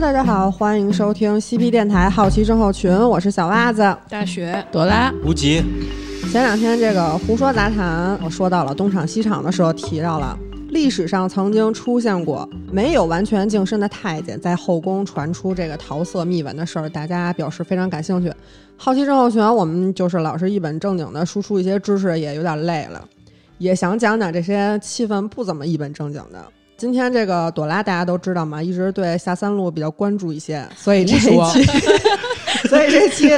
大家好，欢迎收听西 p 电台好奇症候群，我是小袜子。大学朵拉，无极，前两天这个胡说杂谈，我说到了东厂西厂的时候提到了，历史上曾经出现过没有完全净身的太监在后宫传出这个桃色秘闻的事儿，大家表示非常感兴趣。好奇症候群，我们就是老是一本正经的输出一些知识，也有点累了，也想讲讲这些气氛不怎么一本正经的。今天这个朵拉大家都知道嘛，一直对下三路比较关注一些，所以这一胡期， 所以这期，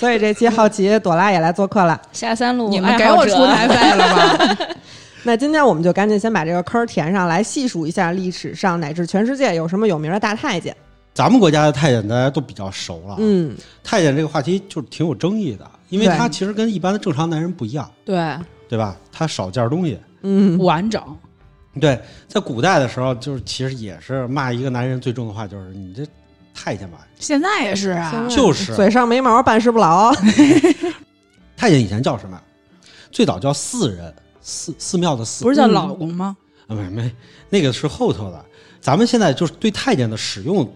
所以这期好奇朵拉也来做客了。下三路，你们给我啊出台费了吗？ 那今天我们就赶紧先把这个坑儿填上来，细数一下历史上乃至全世界有什么有名的大太监。咱们国家的太监大家都比较熟了。，嗯，太监这个话题就是挺有争议的，因为对他其实跟一般的正常男人不一样，对，对吧？他少件东西。嗯不完整，对，在古代的时候，就是其实也是骂一个男人最重的话就是你这太监吧，现在也是啊，就是嘴上没毛，办事不 牢。太监以前叫什么？最早叫寺人，寺寺庙的寺，不是叫老公吗？啊，没没，那个是后头的。咱们现在就是对太监的使用，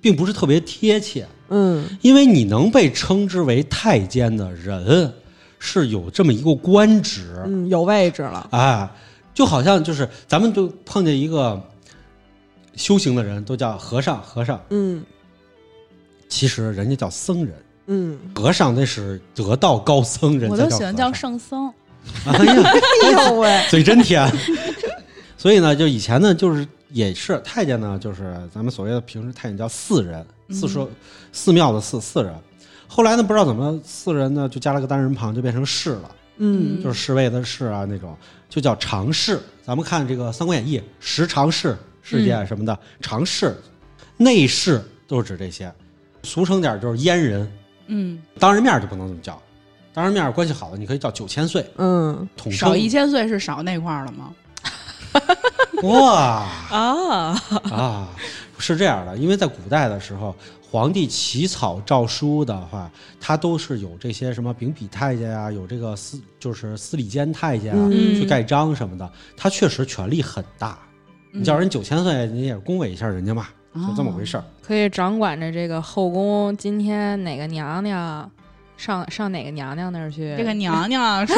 并不是特别贴切。嗯，因为你能被称之为太监的人，是有这么一个官职，嗯，有位置了。哎，就好像就是咱们就碰见一个修行的人，都叫和尚，和尚嗯其实人家叫僧人， 嗯，和尚那是得道高僧嗯人，我都喜欢叫叫圣僧，和尚。哎呀，哎呦喂，嘴真甜。 所以呢，就以前呢，就是也是太监呢，就是咱们所谓的平时太监叫寺人，嗯寺说、寺庙的寺寺人。后来呢，不知道怎么寺人呢就加了个单人旁，就变成侍了，嗯就是侍卫的侍啊那种，就叫常侍。咱们看这个《三国演义》，十常侍事件什么的，常侍、内侍都是指这些，俗称点儿就是阉人，嗯，当着面儿就不能这么叫。当着面儿关系好的，你可以叫九千岁，嗯，统称少一千岁是少那块儿了吗？哇。啊，啊，是这样的，因为在古代的时候，皇帝起草诏书的话，他都是有这些什么秉笔太监啊，有这个司就是司礼监太监啊，嗯去盖章什么的，他确实权力很大。嗯嗯你叫人九千岁，你也恭维一下人家嘛，哦就这么回事儿。 可以掌管着这个后宫，今天哪个娘娘上上哪个娘娘那儿去？嗯这个娘啊娘说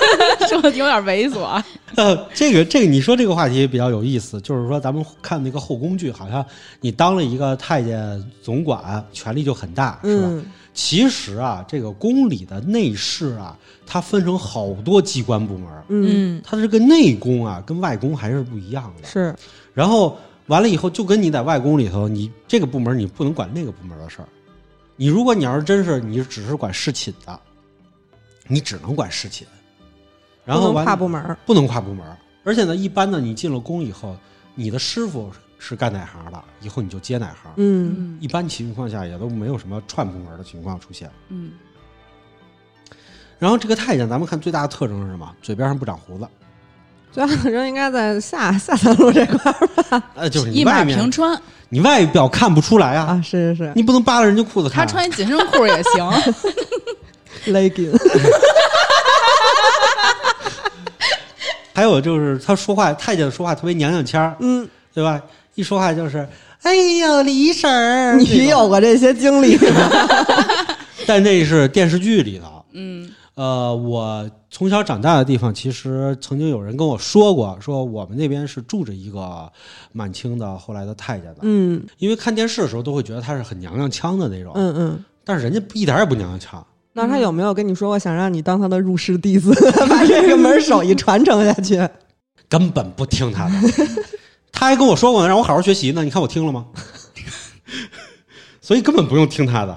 说的有点猥琐，啊呃，这个这个，你说这个话题比较有意思，就是说咱们看那个后宫剧，好像你当了一个太监总管，权力就很大，是吧？嗯其实啊，这个宫里的内侍啊，它分成好多机关部门儿，嗯，嗯，它这个内宫啊，跟外宫还是不一样的。是然后完了以后，就跟你在外宫里头，你这个部门你不能管那个部门的事儿。你如果你要是真是你只是管侍寝的，你只能管侍寝，然后不能完跨部门儿。不能跨部门儿。而且呢，一般呢，你进了宫以后，你的师傅是干哪行的，以后你就接哪行。嗯一般情况下也都没有什么串部门的情况出现。嗯，然后这个太监，咱们看最大的特征是什么？嘴边上不长胡子，最大的人应该在下下三路这块儿呃，就是一你马外平面，川，你外表看不出来啊，啊，是是 你不能扒拉人家裤子他看啊。穿一紧身裤也行， 是，legging，还有就是他说话，太监说话特别娘娘腔儿，嗯，对吧？一说话就是，哎呦，李婶 儿，你这种有过这些经历吗？但那是电视剧里头。嗯呃，我从小长大的地方，其实曾经有人跟我说过，说我们那边是住着一个满清的后来的太监的，嗯因为看电视的时候都会觉得他是很娘娘腔的那种，嗯嗯。但是人家一点儿也不娘娘腔。那他有没有跟你说过想让你当他的入室弟子， 把这个门手艺传承下去？根本不听他的。 他还跟我说过呢，让我好好学习呢。你看我听了吗？ 所以根本不用听他的。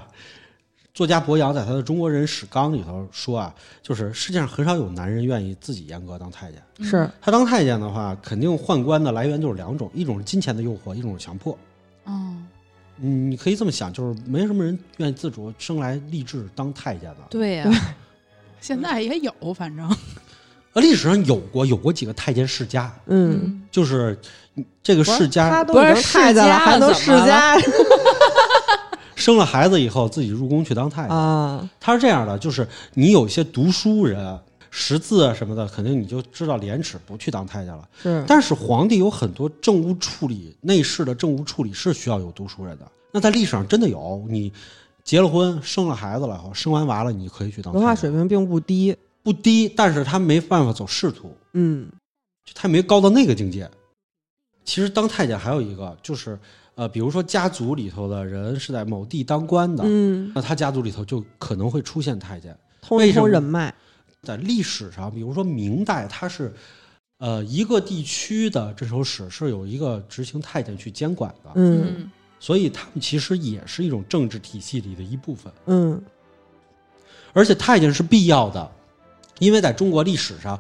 作家博洋在他的《中国人史纲》里头说啊，就是世界上很少有男人愿意自己阉割当太监。 嗯是，他当太监的话，肯定宦官的来源就是两种，一种是金钱的诱惑，一种是强迫。哦，嗯，你可以这么想，就是没什么人愿意自主生来立志当太监的。对呀、现在也有，反正呃，历史上有过有过几个太监世家，嗯，就是这个世家他都不已是经太监世了，家还能世怎么家生了孩子以后自己入宫去当太 监。啊？他是这样的，就是你有一些读书人，识字啊什么的，肯定你就知道廉耻，不去当太监了。是但是皇帝有很多政务处理、内侍的政务处理是需要有读书人的。那在历史上真的有，你结了婚、生了孩子了以后，生完娃了，你可以去当文化太监水平并不低。不低，但是他没办法走仕途，嗯，就他没高到那个境界。其实当太监还有一个就是，呃，比如说家族里头的人是在某地当官的，嗯，那他家族里头就可能会出现太监。通为一什么通人脉，在历史上，比如说明代，它是呃一个地区的镇守使是有一个执行太监去监管的，嗯所以他们其实也是一种政治体系里的一部分。嗯而且太监是必要的，因为在中国历史上，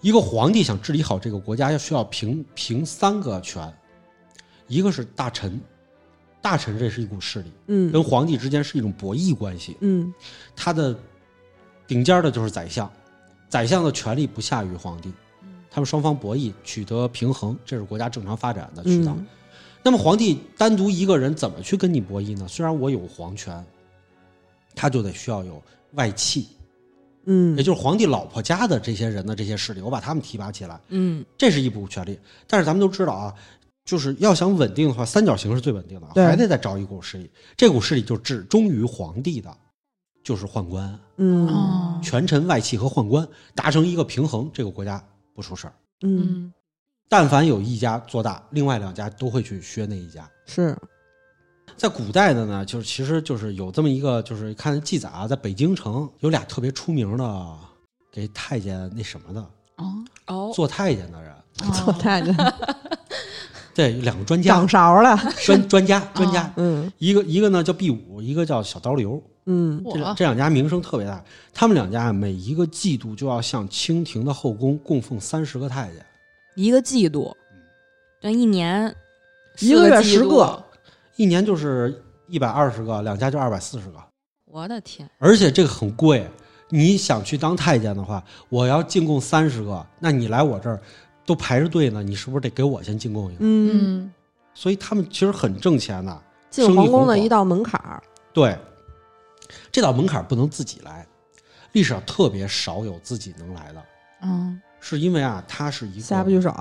一个皇帝想治理好这个国家，要需要平平三个权，一个是大臣，大臣这是一股势力，嗯跟皇帝之间是一种博弈关系。嗯他的顶尖儿的就是宰相，宰相的权力不下于皇帝，嗯他们双方博弈取得平衡，这是国家正常发展的渠道。嗯那么皇帝单独一个人怎么去跟你博弈呢？虽然我有皇权，他就得需要有外戚，嗯也就是皇帝老婆家的这些人的这些势力，我把他们提拔起来，嗯，这是一股权力。但是咱们都知道啊，就是要想稳定的话，三角形是最稳定的啊，对还得再找一股势力，这股势力就只忠于皇帝的，就是宦官。嗯哦，权臣、外戚和宦官达成一个平衡，这个国家不出事儿。嗯嗯但凡有一家做大，另外两家都会去削那一家。是在古代的呢，就是其实就是有这么一个，就是看记载啊，在北京城有俩特别出名的给太监那什么的哦，哦，做太监的人，做太 监对，有两个专家掌，勺了，专专家专家，嗯一个一个呢叫毕武，一个叫小刀流，嗯这两我这两家名声特别大。他们两家啊每一个季度就要向清廷的后宫供奉三十个太监。一个季度，这一年一个月四十个，季度，一年就是一百二十个，两家就二百四十个，我的天，而且这个很贵。你想去当太监的话，我要进贡三十个，那你来我这儿都排着队呢，你是不是得给我先进贡一个？嗯，嗯，所以他们其实很挣钱的。进皇宫的一道门槛儿，对，这道门槛不能自己来，历史上特别少有自己能来的，嗯是因为啊，它是一下不去个手，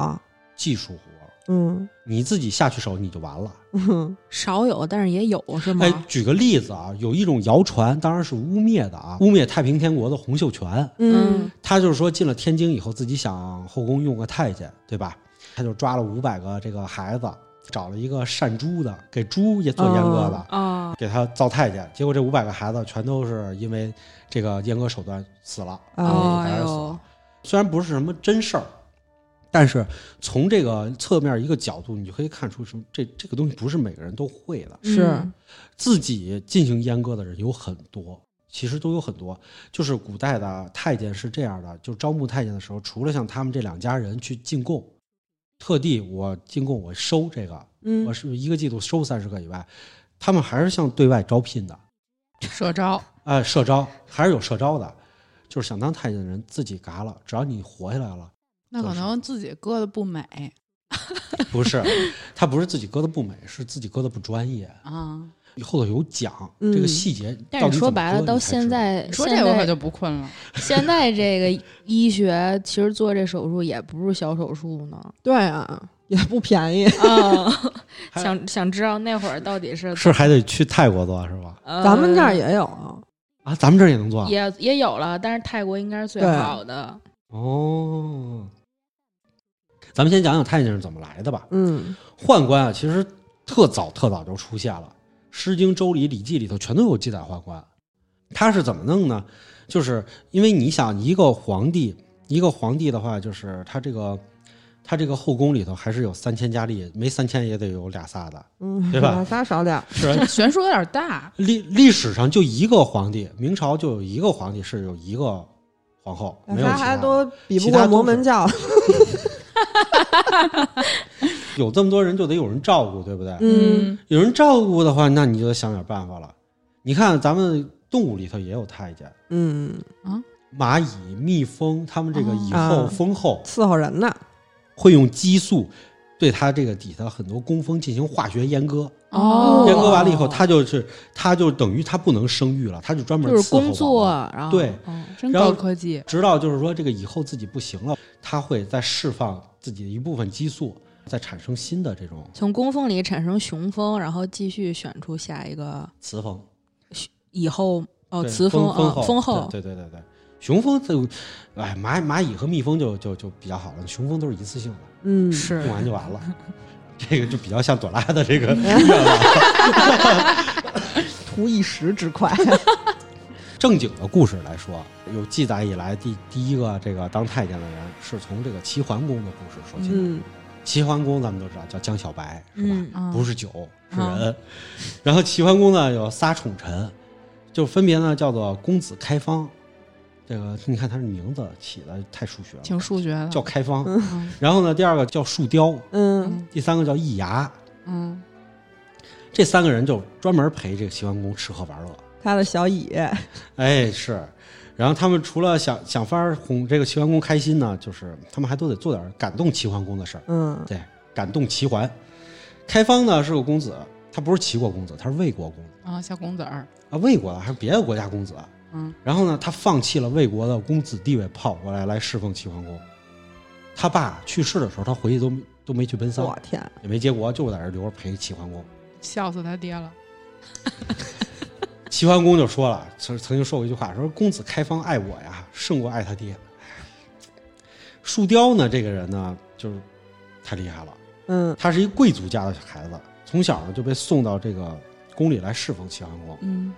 技术活儿，嗯你自己下去手你就完了。嗯少有，但是也有是吗哎？，举个例子啊，有一种谣传，当然是污蔑的啊，污蔑太平天国的洪秀全。嗯他就是说进了天津以后，自己想后宫用个太监，对吧？他就抓了五百个这个孩子，找了一个善猪的，给猪也做阉割的，啊，给他造太监。结果这五百个孩子全都是因为这个阉割手段死了，哦哎哎呦呦，虽然不是什么真事儿。但是从这个侧面一个角度，你就可以看出什么这这个东西不是每个人都会的。是嗯自己进行阉割的人有很多，其实都有很多。就是古代的太监是这样的，就招募太监的时候，除了像他们这两家人去进贡，特地我进贡我收这个，嗯我是一个季度收三十个以外，他们还是像对外招聘的，社招，呃，社 招还是有社招的，就是想当太监的人自己嘎了，只要你活下来了，那可能自己割的不美不 是他不是自己割的不美，是自己割的不专业，啊。后头有讲、嗯这个细节到底怎么割。但是说白了，你才到知道现在，说现这我可在就不困了。 现在这个医学，其实做这手术也不是小手术呢。对啊，也不便宜。哦啊，还想想知道那会儿到底是是还得去泰国做是吧？呃咱们这儿也有啊，啊，咱们这儿也能做啊也也有了，但是泰国应该是最对好的。哦。咱们先讲讲太监是怎么来的吧。嗯宦官啊，其实特早特早就出现了，《诗经》《周礼》《礼记》里头全都有记载宦官。他是怎么弄呢？就是因为你想，一个皇帝，一个皇帝的话，就是他这个他这个后宫里头还是有三千佳丽，没三千也得有俩仨的，嗯，对吧俩仨少点儿，是这悬殊有点大，历历史上就一个皇帝，明朝就有一个皇帝是有一个皇后，俩没有仨其他还的都比其不他过都摩是门教。有这么多人就得有人照顾，对不对？嗯，有人照顾的话，那你就得想点办法了。你看咱们动物里头也有太监，嗯，蚂蚁、蜜蜂，它们这个哦蚁啊后、蜂后伺候人呢。会用激素对它这个底下很多工蜂进行化学阉割，哦阉割完了以后，他就是他就等于他不能生育了，他就专门就是伺候工宝作宝，，然后对嗯真然后高科技，直到就是说这个以后自己不行了，他会再释放自己的一部分激素，再产生新的这种从供奉里产生雄蜂，然后继续选出下一个雌蜂。以后哦对雌蜂蜂啊后，蜂后对对对对对，雄蜂就，哎，蚂蚂蚁和蜜蜂就就就比较好了，雄蜂都是一次性的，嗯，用是完就完了。 这个就比较像朵拉的这 个愿望图一时之快。正经的故事来说，有记载以来第第一个这个当太监的人是从这个齐桓公的故事说起的。嗯，齐桓公咱们都知道叫江小白，是吧？嗯不是酒，是啊人。 然后齐桓公呢有仨宠臣，就分别呢叫做公子开方，这个你看他这名字起的太数学了，挺数学的，叫开方。嗯 然后呢，第二个叫树雕，嗯，第三个叫易牙，嗯，这三个人就专门陪这个齐桓公吃喝玩乐。他的小乙，哎，是。然后他们除了想想法儿哄这个齐桓公开心呢，就是他们还都得做点感动齐桓公的事儿，嗯对，感动齐桓。开方呢是个公子，他不是齐国公子，他是魏国公子。啊，小公子儿，啊，魏国的还是别的国家公子。嗯，然后呢，他放弃了魏国的公子地位，跑过来来侍奉齐桓公。他爸去世的时候，他回去都都没去奔丧我，天，也没结果，就在这儿留着陪齐桓公。笑死他爹了。齐桓公就说了，曾曾经说过一句话，说公子开方爱我呀，胜过爱他爹。树雕呢，这个人呢，就是太厉害了，嗯他是一贵族家的孩子，从小呢就被送到这个宫里来侍奉齐桓公。嗯，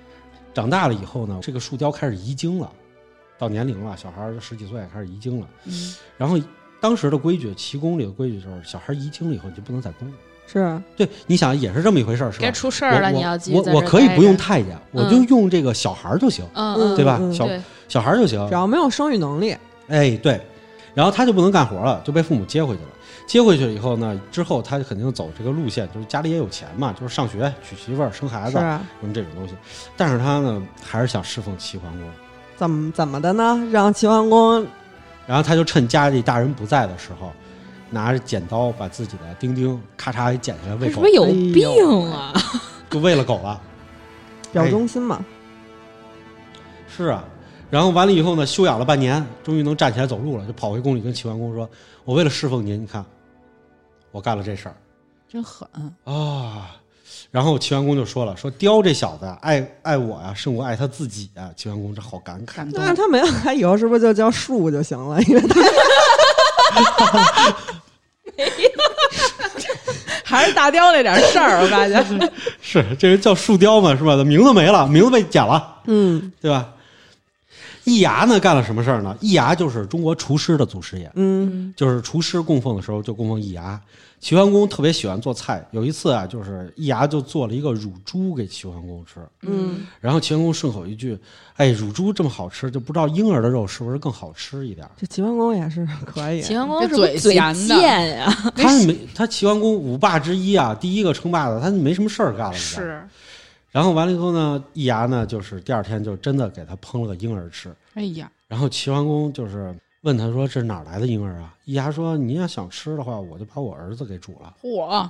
长大了以后呢，这个树雕开始移精了，到年龄了，小孩儿就十几岁开始移精了。嗯然后当时的规矩，齐宫里的规矩就是，小孩儿移精了以后你就不能在宫里。是，对，你想也是这么一回事儿，是吧该？出事我儿了，我你要继续我在我这儿可以待不用着太监，我就嗯用这个小孩儿就行，嗯对吧？嗯嗯小对小孩儿就行，只要没有生育能力，哎，对，然后他就不能干活了，就被父母接回去了。接回去了以后呢，之后他肯定走这个路线，就是家里也有钱嘛，就是上学、娶媳妇儿、生孩子是啊什么这种东西。但是他呢，还是想侍奉齐桓公。怎么怎么的呢？让齐桓公，然后他就趁家里大人不在的时候，拿着剪刀把自己的丁丁咔嚓给剪下来喂是狗不是，有哎呦病啊？就喂了狗了。表忠心嘛，哎是啊，然后完了以后呢，休养了半年，终于能站起来走路了，就跑回宫里跟齐桓公说：“我为了侍奉您，你看，我干了这事儿真狠，啊。然后齐桓公就说了：“说雕这小子呀爱爱我呀、胜过爱他自己啊。”齐桓公这好感慨感，动那。他没有，他以后是不是就叫树就行了？因为他还是大雕那点事儿，我发现。 是这人叫树雕嘛，是吧？名字没了，名字被剪了。嗯对吧？易牙呢干了什么事儿呢？易牙就是中国厨师的祖师爷，嗯就是厨师供奉的时候就供奉易牙。齐桓公特别喜欢做菜，有一次啊，就是易牙就做了一个乳猪给齐桓公吃，嗯，然后齐桓公顺口一句：“哎，乳猪这么好吃，就不知道婴儿的肉是不是更好吃一点儿 这齐桓公也是可以，秦桓公这是啊不嘴是嘴闲的贱呀？？”他是没他齐桓公五霸之一啊，第一个称霸的，他没什么事儿干了。你知道吗。是，然后完了以后呢，易牙呢就是第二天就真的给他烹了个婴儿吃，哎呀，然后齐桓公就是问他说：“这是哪儿来的婴儿啊？”易牙说：“你要想吃的话，我就把我儿子给煮了。嚯，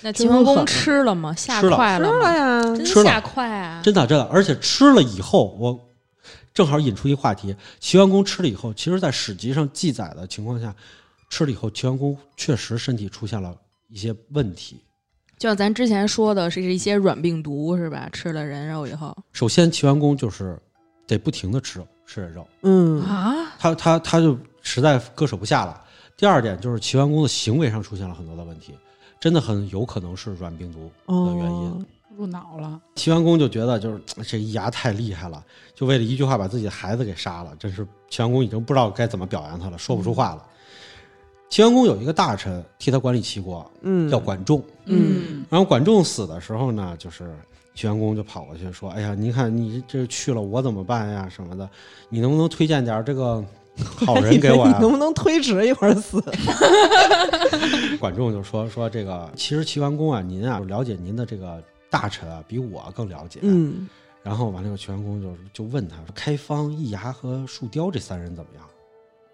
那真秦桓狠公吃了吗？吓吃了坏吃吗了啊呀，真吃了吓坏啊！真的，真的，而且吃了以后，我正好引出一话题：齐桓公吃了以后，其实在史籍上记载的情况下，吃了以后，齐桓公确实身体出现了一些问题。就像咱之前说的，是一些软病毒是吧？吃了人肉以后，首先，齐桓公就是得不停的吃肉，吃人肉，嗯啊，他他他就实在割舍不下了。第二点就是齐桓公的行为上出现了很多的问题，真的很有可能是软病毒的原因。哦，入脑了，齐桓公就觉得就是这一牙太厉害了，就为了一句话把自己的孩子给杀了，真是齐桓公已经不知道该怎么表扬他了，说不出话了。齐桓公有一个大臣替他管理齐国，嗯叫管仲。嗯，然后管仲死的时候呢，就是齐桓公就跑过去说：“哎呀，您看你这去了，我怎么办呀？什么的，你能不能推荐点这个好人给我啊 你呀能不能推迟一会儿 死？？”管仲就说：“说这个，其实齐桓公啊，您啊，了解您的这个大臣啊，比我更了解。嗯然后完了以后，齐桓公就就问他说：“开方、易牙和树雕这三人怎么样？”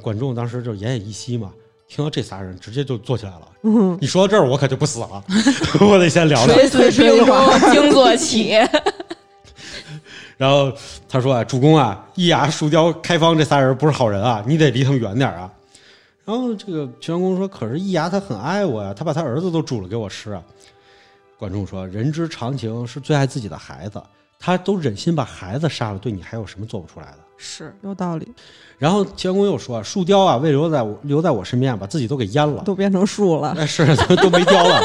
管仲当时就奄奄一息嘛，听到这仨人直接就坐起来了。嗯，你说到这儿，我可就不死了， 我得先聊聊。垂死病 中惊坐起，然后他说：“啊，主公啊，易牙、树雕、开方这仨人不是好人啊，你得离他们远点儿啊。”然后这个齐桓公说：“可是易牙他很爱我呀、他把他儿子都煮了给我吃啊。”管仲说：“人之常情是最爱自己的孩子，他都忍心把孩子杀了，对你还有什么做不出来的 是有道理，？”然后齐桓公又说：“树雕啊，为留在我留在我身边啊，把自己都给淹了。”都变成树了。哎，是都都没雕了。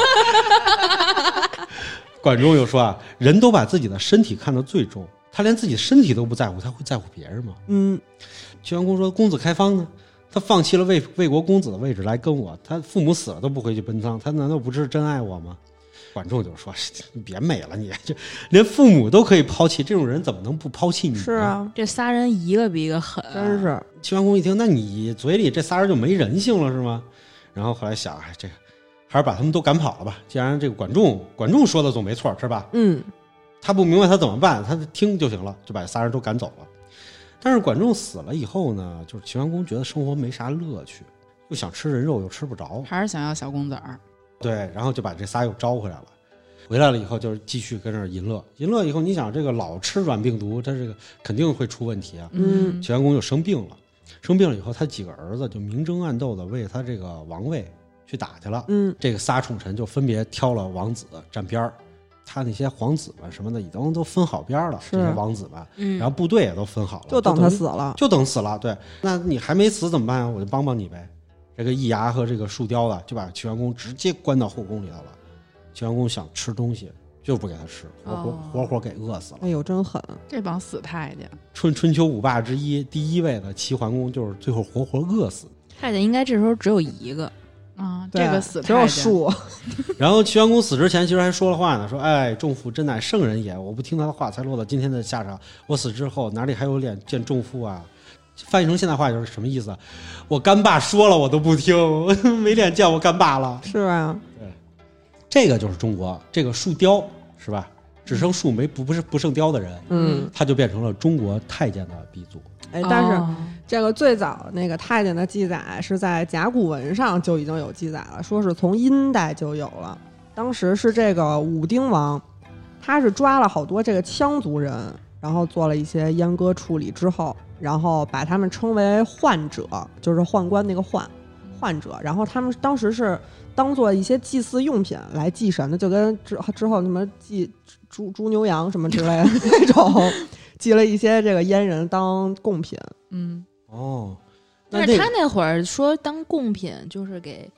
管仲又说啊，人都把自己的身体看得最重，他连自己身体都不在乎，他会在乎别人吗？嗯，齐桓公说，公子开方呢，他放弃了魏魏国公子的位置来跟我，他父母死了都不回去奔丧，他难道不是真爱我吗？管仲就说：“ 你别美了你，这连父母都可以抛弃，这种人怎么能不抛弃你？”是，啊，这仨人一个比一个狠，嗯真是齐桓公一听，那你嘴里这仨人就没人性了是吗？然后后来想，哎，这个还是把他们都赶跑了吧。既然这个管仲，管仲说的总没错是吧？嗯，他不明白他怎么办，他听就行了，就把仨人都赶走了。但是管仲死了以后呢，就是齐桓公觉得生活没啥乐趣，又想吃人肉又吃不着，嗯还是想要小公子儿。对，然后就把这仨又招回来了。回来了以后就是继续跟这儿淫乐，淫乐以后你想这个老吃软病毒，他这个肯定会出问题啊。嗯齐桓公就生病了，生病了以后，他几个儿子就明争暗斗的为他这个王位去打去了。嗯，这个仨宠臣就分别挑了王子站边儿，他那些皇子们什么的已经都分好边儿了，是这些王子们，嗯然后部队也哦都分好了，就等于他，死了。就等死了。对，那你还没死怎么办啊？我就帮帮你呗。这个易牙和这个树雕的就把齐桓公直接关到后宫里头了。齐桓公想吃东西，就不给他吃，活活、哦活活给饿死了。哎呦，真狠！这帮死太监，春春秋五霸之一第一位的齐桓公，就是最后活活饿死。 太监应该这时候只有一个，啊，对这个死只有太监，树，然后齐桓公死之前，其实还说了话呢，说：“哎，仲父真乃圣人也，我不听他的话，才落到今天的下场。我死之后，哪里还有脸见仲父啊？”翻译成现代话就是什么意思啊？我干爸说了，我都不听， 我没脸见我干爸了。是啊，这个就是中国这个树雕是吧？只剩树没不不是不剩雕的人，嗯，他就变成了中国太监的鼻祖。哎，但是哦这个最早那个太监的记载是在甲骨文上就已经有记载了，说是从殷代就有了。当时是这个武丁王，他是抓了好多这个羌族人，然后做了一些阉割处理之后，然后把他们称为宦者，就是宦官那个宦，宦者。然后他们当时是当做一些祭祀用品来祭神的，就跟之之后什么祭猪猪牛羊什么之类的那种， 祭了一些这个阉人当贡品。嗯，哦，但这是个他那会儿说当贡品就是给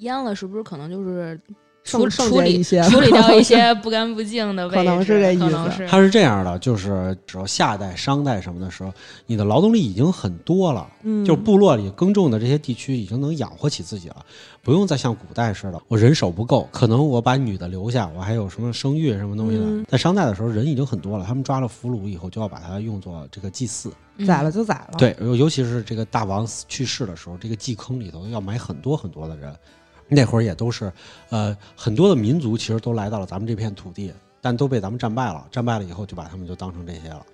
阉了，是不是可能就是剩处剩处下理一些处理掉一些不干不净 的位置，可能是这意思可能是它是这样的，就是只要夏代、商代什么的时候，你的劳动力已经很多了，嗯就部落里耕种的这些地区已经能养活起自己了，不用再像古代似的，我人手不够，可能我把女的留下，我还有什么生育什么东西的。嗯在商代的时候，人已经很多了，他们抓了俘虏以后，就要把它用作这个祭祀。嗯宰了就宰了。，对，尤尤其是这个大王死去世的时候，这个祭坑里头要埋很多很多的人。那会儿也都是，呃，很多的民族其实都来到了咱们这片土地，但都被咱们战败了。战败了以后，就把他们就当成这些了，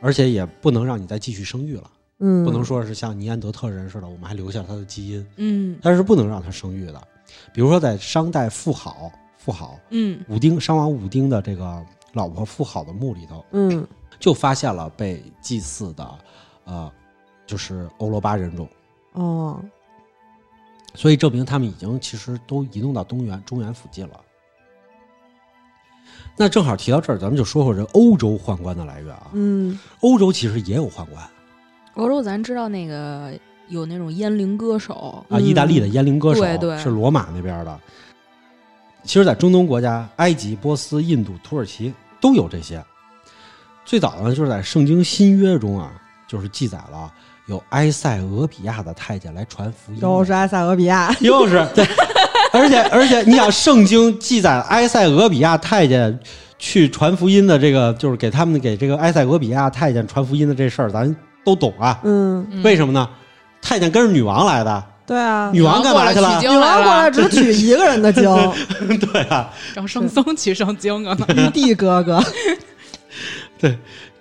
而且也不能让你再继续生育了，嗯，不能说是像尼安德特人似的，我们还留下他的基因，嗯但是不能让他生育的。比如说在商代妇好，妇好嗯武丁商王武丁的这个老婆妇好的墓里头，嗯，就发现了被祭祀的，呃，就是欧罗巴人种，哦，所以证明他们已经其实都移动到东原、中原附近了。那正好提到这儿，咱们就说说这欧洲宦官的来源啊。嗯，欧洲其实也有宦官欧洲咱知道那个有那种阉灵歌手，啊，嗯意大利的阉灵歌手对对是罗马那边的。其实，在中东国家，埃及、波斯、印度、土耳其都有这些。最早呢，就是在《圣经新约》中啊，就是记载了有埃塞俄比亚的太监来传福音的。又是埃塞俄比亚，又是 对，而且而且，你想，圣经记载埃塞俄比亚太监去传福音的这个，就是给他们给这个埃塞俄比亚太监传福音的这事儿，咱都懂啊。嗯，嗯为什么呢？太监跟着女王来的，对啊，女王干嘛去了女？女王过来只取一个人的经， 对啊，找圣僧去上京啊，玉帝哥哥，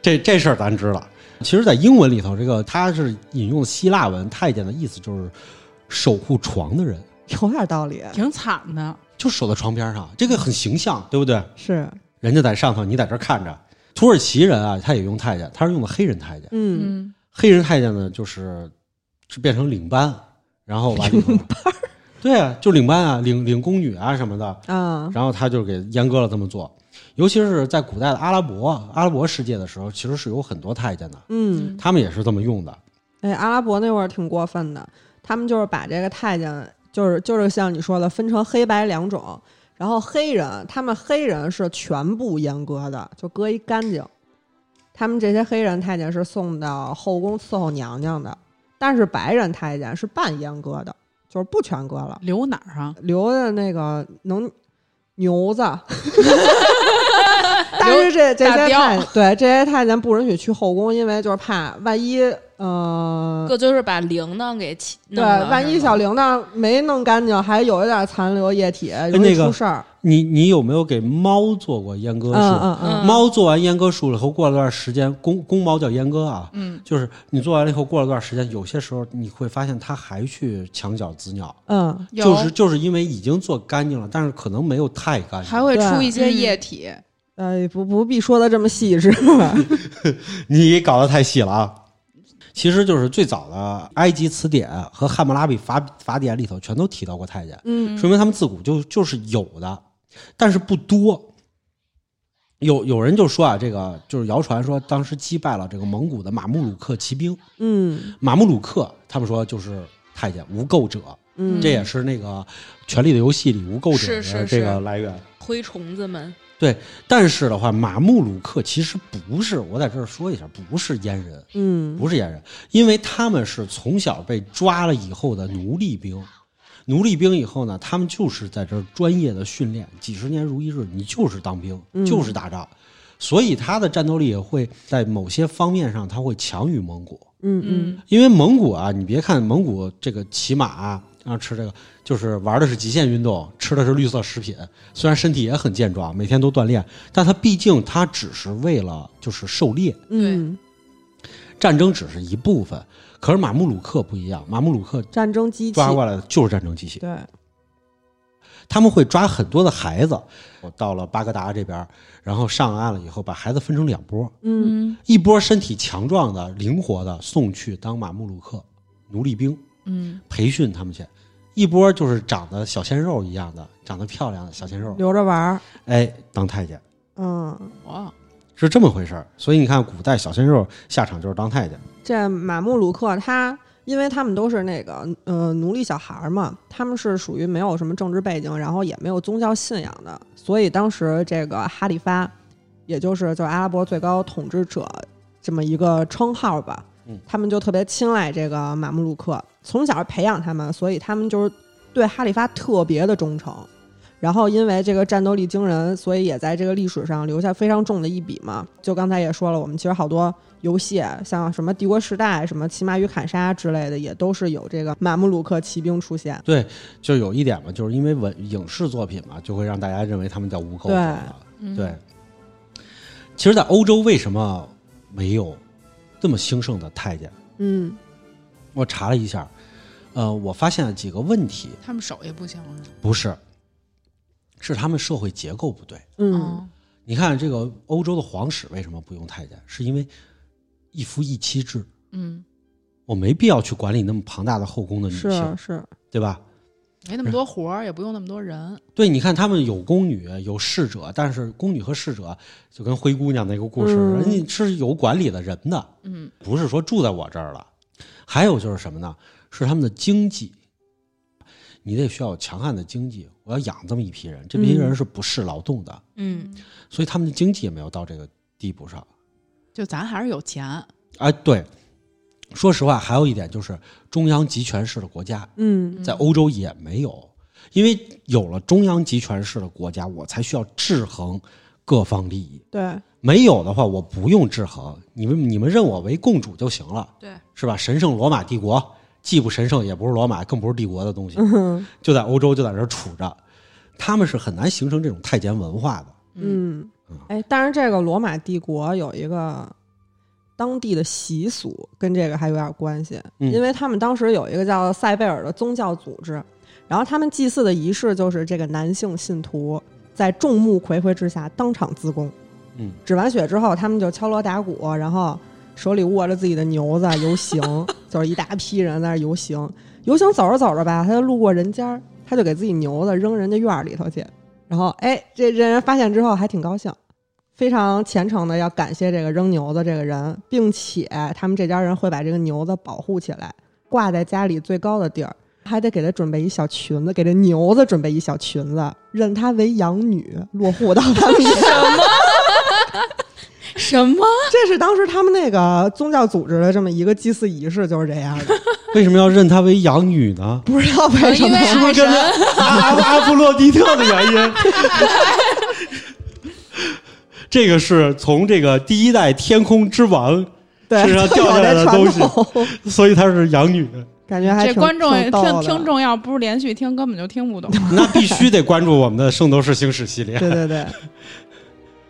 这这事儿咱知道。其实，在英文里头，这个它是引用希腊文，太监的意思就是守护床的人，有点道理，挺惨的。就守在床边上，这个很形象，对不对？是，人家在上头，你在这儿看着。土耳其人啊，他也用太监，他是用的黑人太监。嗯，嗯，黑人太监呢，就是是变成领班，然后完领班，对啊，就领班啊，领领宫女啊什么的。啊，然后他就给阉割了这么做，尤其是在古代的阿拉伯阿拉伯世界的时候，其实是有很多太监的，嗯，他们也是这么用的。哎，阿拉伯那会儿挺过分的，他们就是把这个太监，就是就是像你说的，分成黑白两种。然后黑人，他们黑人是全部阉割的，就割一干净。他们这些黑人太监是送到后宫伺候娘娘的，但是白人太监是半阉割的，就是不全割了，留哪儿啊？留的那个能牛子。 但是这这大些貂太对这些太监不允许去后宫，因为就是怕万一呃个就是把铃铛给起弄对，了是万一吗小铃铛没弄干净，还有一点残留液体，容易哎那个出事儿。你你有没有给猫做过阉割术？嗯嗯猫做完阉割术了以后，过了段时间，公公猫叫阉割啊，嗯，就是你做完了以后，过了段时间，有些时候你会发现它还去墙角滋尿，嗯有就是就是因为已经做干净了，但是可能没有太干净。还会对出一些液体，嗯，哎，不不必说的这么细致。你搞得太细了啊！其实就是最早的埃及词典和汉谟拉比法法典里头全都提到过太监，嗯说明他们自古就就是有的，但是不多。有有人就说啊，这个就是谣传说当时击败了这个蒙古的马穆鲁克骑兵，嗯马穆鲁克他们说就是太监无垢者，嗯，这也是那个《权力的游戏》里无垢者是是的是这个来源。灰虫子们，但是的话，马穆鲁克其实不是，我在这儿说一下，不是阉人，嗯不是阉人，因为他们是从小被抓了以后的奴隶兵。奴隶兵以后呢，他们就是在这儿专业的训练，几十年如一日，你就是当兵，嗯就是打仗，所以他的战斗力也会在某些方面上，他会强于蒙古。嗯嗯因为蒙古啊，你别看蒙古这个骑马啊，然后吃这个就是玩的是极限运动，吃的是绿色食品，虽然身体也很健壮，每天都锻炼，但他毕竟他只是为了就是狩猎，嗯，战争只是一部分。可是马穆鲁克不一样，马穆鲁克战争机器抓过来的就是战争机器，对，他们会抓很多的孩子。我到了巴格达这边，然后上岸了以后，把孩子分成两波，嗯嗯，一波身体强壮的、灵活的送去当马穆鲁克奴隶兵，嗯，培训他们去。一波就是长得小鲜肉一样的，长得漂亮的小鲜肉，留着玩儿。哎，当太监嗯，哇，是这么回事儿。所以你看，古代小鲜肉下场就是当太监。这马穆鲁克他。因为他们都是那个呃奴隶小孩儿嘛，他们是属于没有什么政治背景，然后也没有宗教信仰的，所以当时这个哈里发，也就是就是阿拉伯最高统治者这么一个称号吧。嗯他们就特别青睐这个马穆鲁克，从小培养他们，所以他们就是对哈里发特别的忠诚。然后因为这个战斗力惊人，所以也在这个历史上留下非常重的一笔嘛。就刚才也说了，我们其实好多游戏，啊像什么《帝国时代》、什么《骑马与砍杀》之类的，也都是有这个马穆鲁克骑兵出现。就有一点嘛，就是因为文影视作品嘛，就会让大家认为他们叫无垢者嘛。嗯对，其实，在欧洲为什么没有这么兴盛的太监？嗯，我查了一下，呃，我发现了几个问题，他们手也不行了，不是，是他们社会结构不对。嗯哦，你看这个欧洲的皇室为什么不用太监？是因为一夫一妻制，嗯，我没必要去管理那么庞大的后宫的女是性，是，对吧？没那么多活儿，也不用那么多人，对，你看他们有宫女，有侍者，但是宫女和侍者就跟灰姑娘那个故事，嗯人家是有管理的人的，嗯，不是说住在我这儿了。还有就是什么呢？是他们的经济，你得需要有强悍的经济，我要养这么一批人，这嗯批人是不是劳动的，嗯，所以他们的经济也没有到这个地步上。就咱还是有钱，哎，对，说实话，还有一点就是中央集权式的国家嗯在欧洲也没有，因为有了中央集权式的国家，我才需要制衡各方利益。 对，没有的话，我不用制衡，你们你们认我为共主就行了，对，是吧？神圣罗马帝国既不神圣，也不是罗马，更不是帝国的东西，嗯 就在欧洲就在这儿杵着，他们是很难形成这种太监文化的。嗯，哎，但是这个罗马帝国有一个当地的习俗跟这个还有点关系，嗯因为他们当时有一个叫塞贝尔的宗教组织，然后他们祭祀的仪式就是这个男性信徒在众目睽睽之下当场自宫，嗯，止完血之后，他们就敲锣打鼓，然后手里握着自己的牛子游行， 就是一大批人在那儿游行。游行走着走着吧，他就路过人家儿，他就给自己牛子扔人家院儿里头去。然后，哎，这这人发现之后还挺高兴，非常虔诚的要感谢这个扔牛子这个人，并且他们这家人会把这个牛子保护起来，挂在家里最高的地儿，还得给他准备一小裙子，给这牛子准备一小裙子，认他为养女，落户到他们家。什么？ 这是当时他们那个宗教组织的这么一个祭祀仪式，就是这样的。 为什么要认她为养女呢？不知道为哦什因为么，是不爱是跟神着阿阿阿弗洛狄特的原 因？这个是从这个第一代天空之王，对，身上掉下来的东西西，所以她是养女，感觉还这挺观众挺逗听的听众要不是连续听，根本就听不懂。那必须得关注我们的《圣斗士星矢》系列。对对对，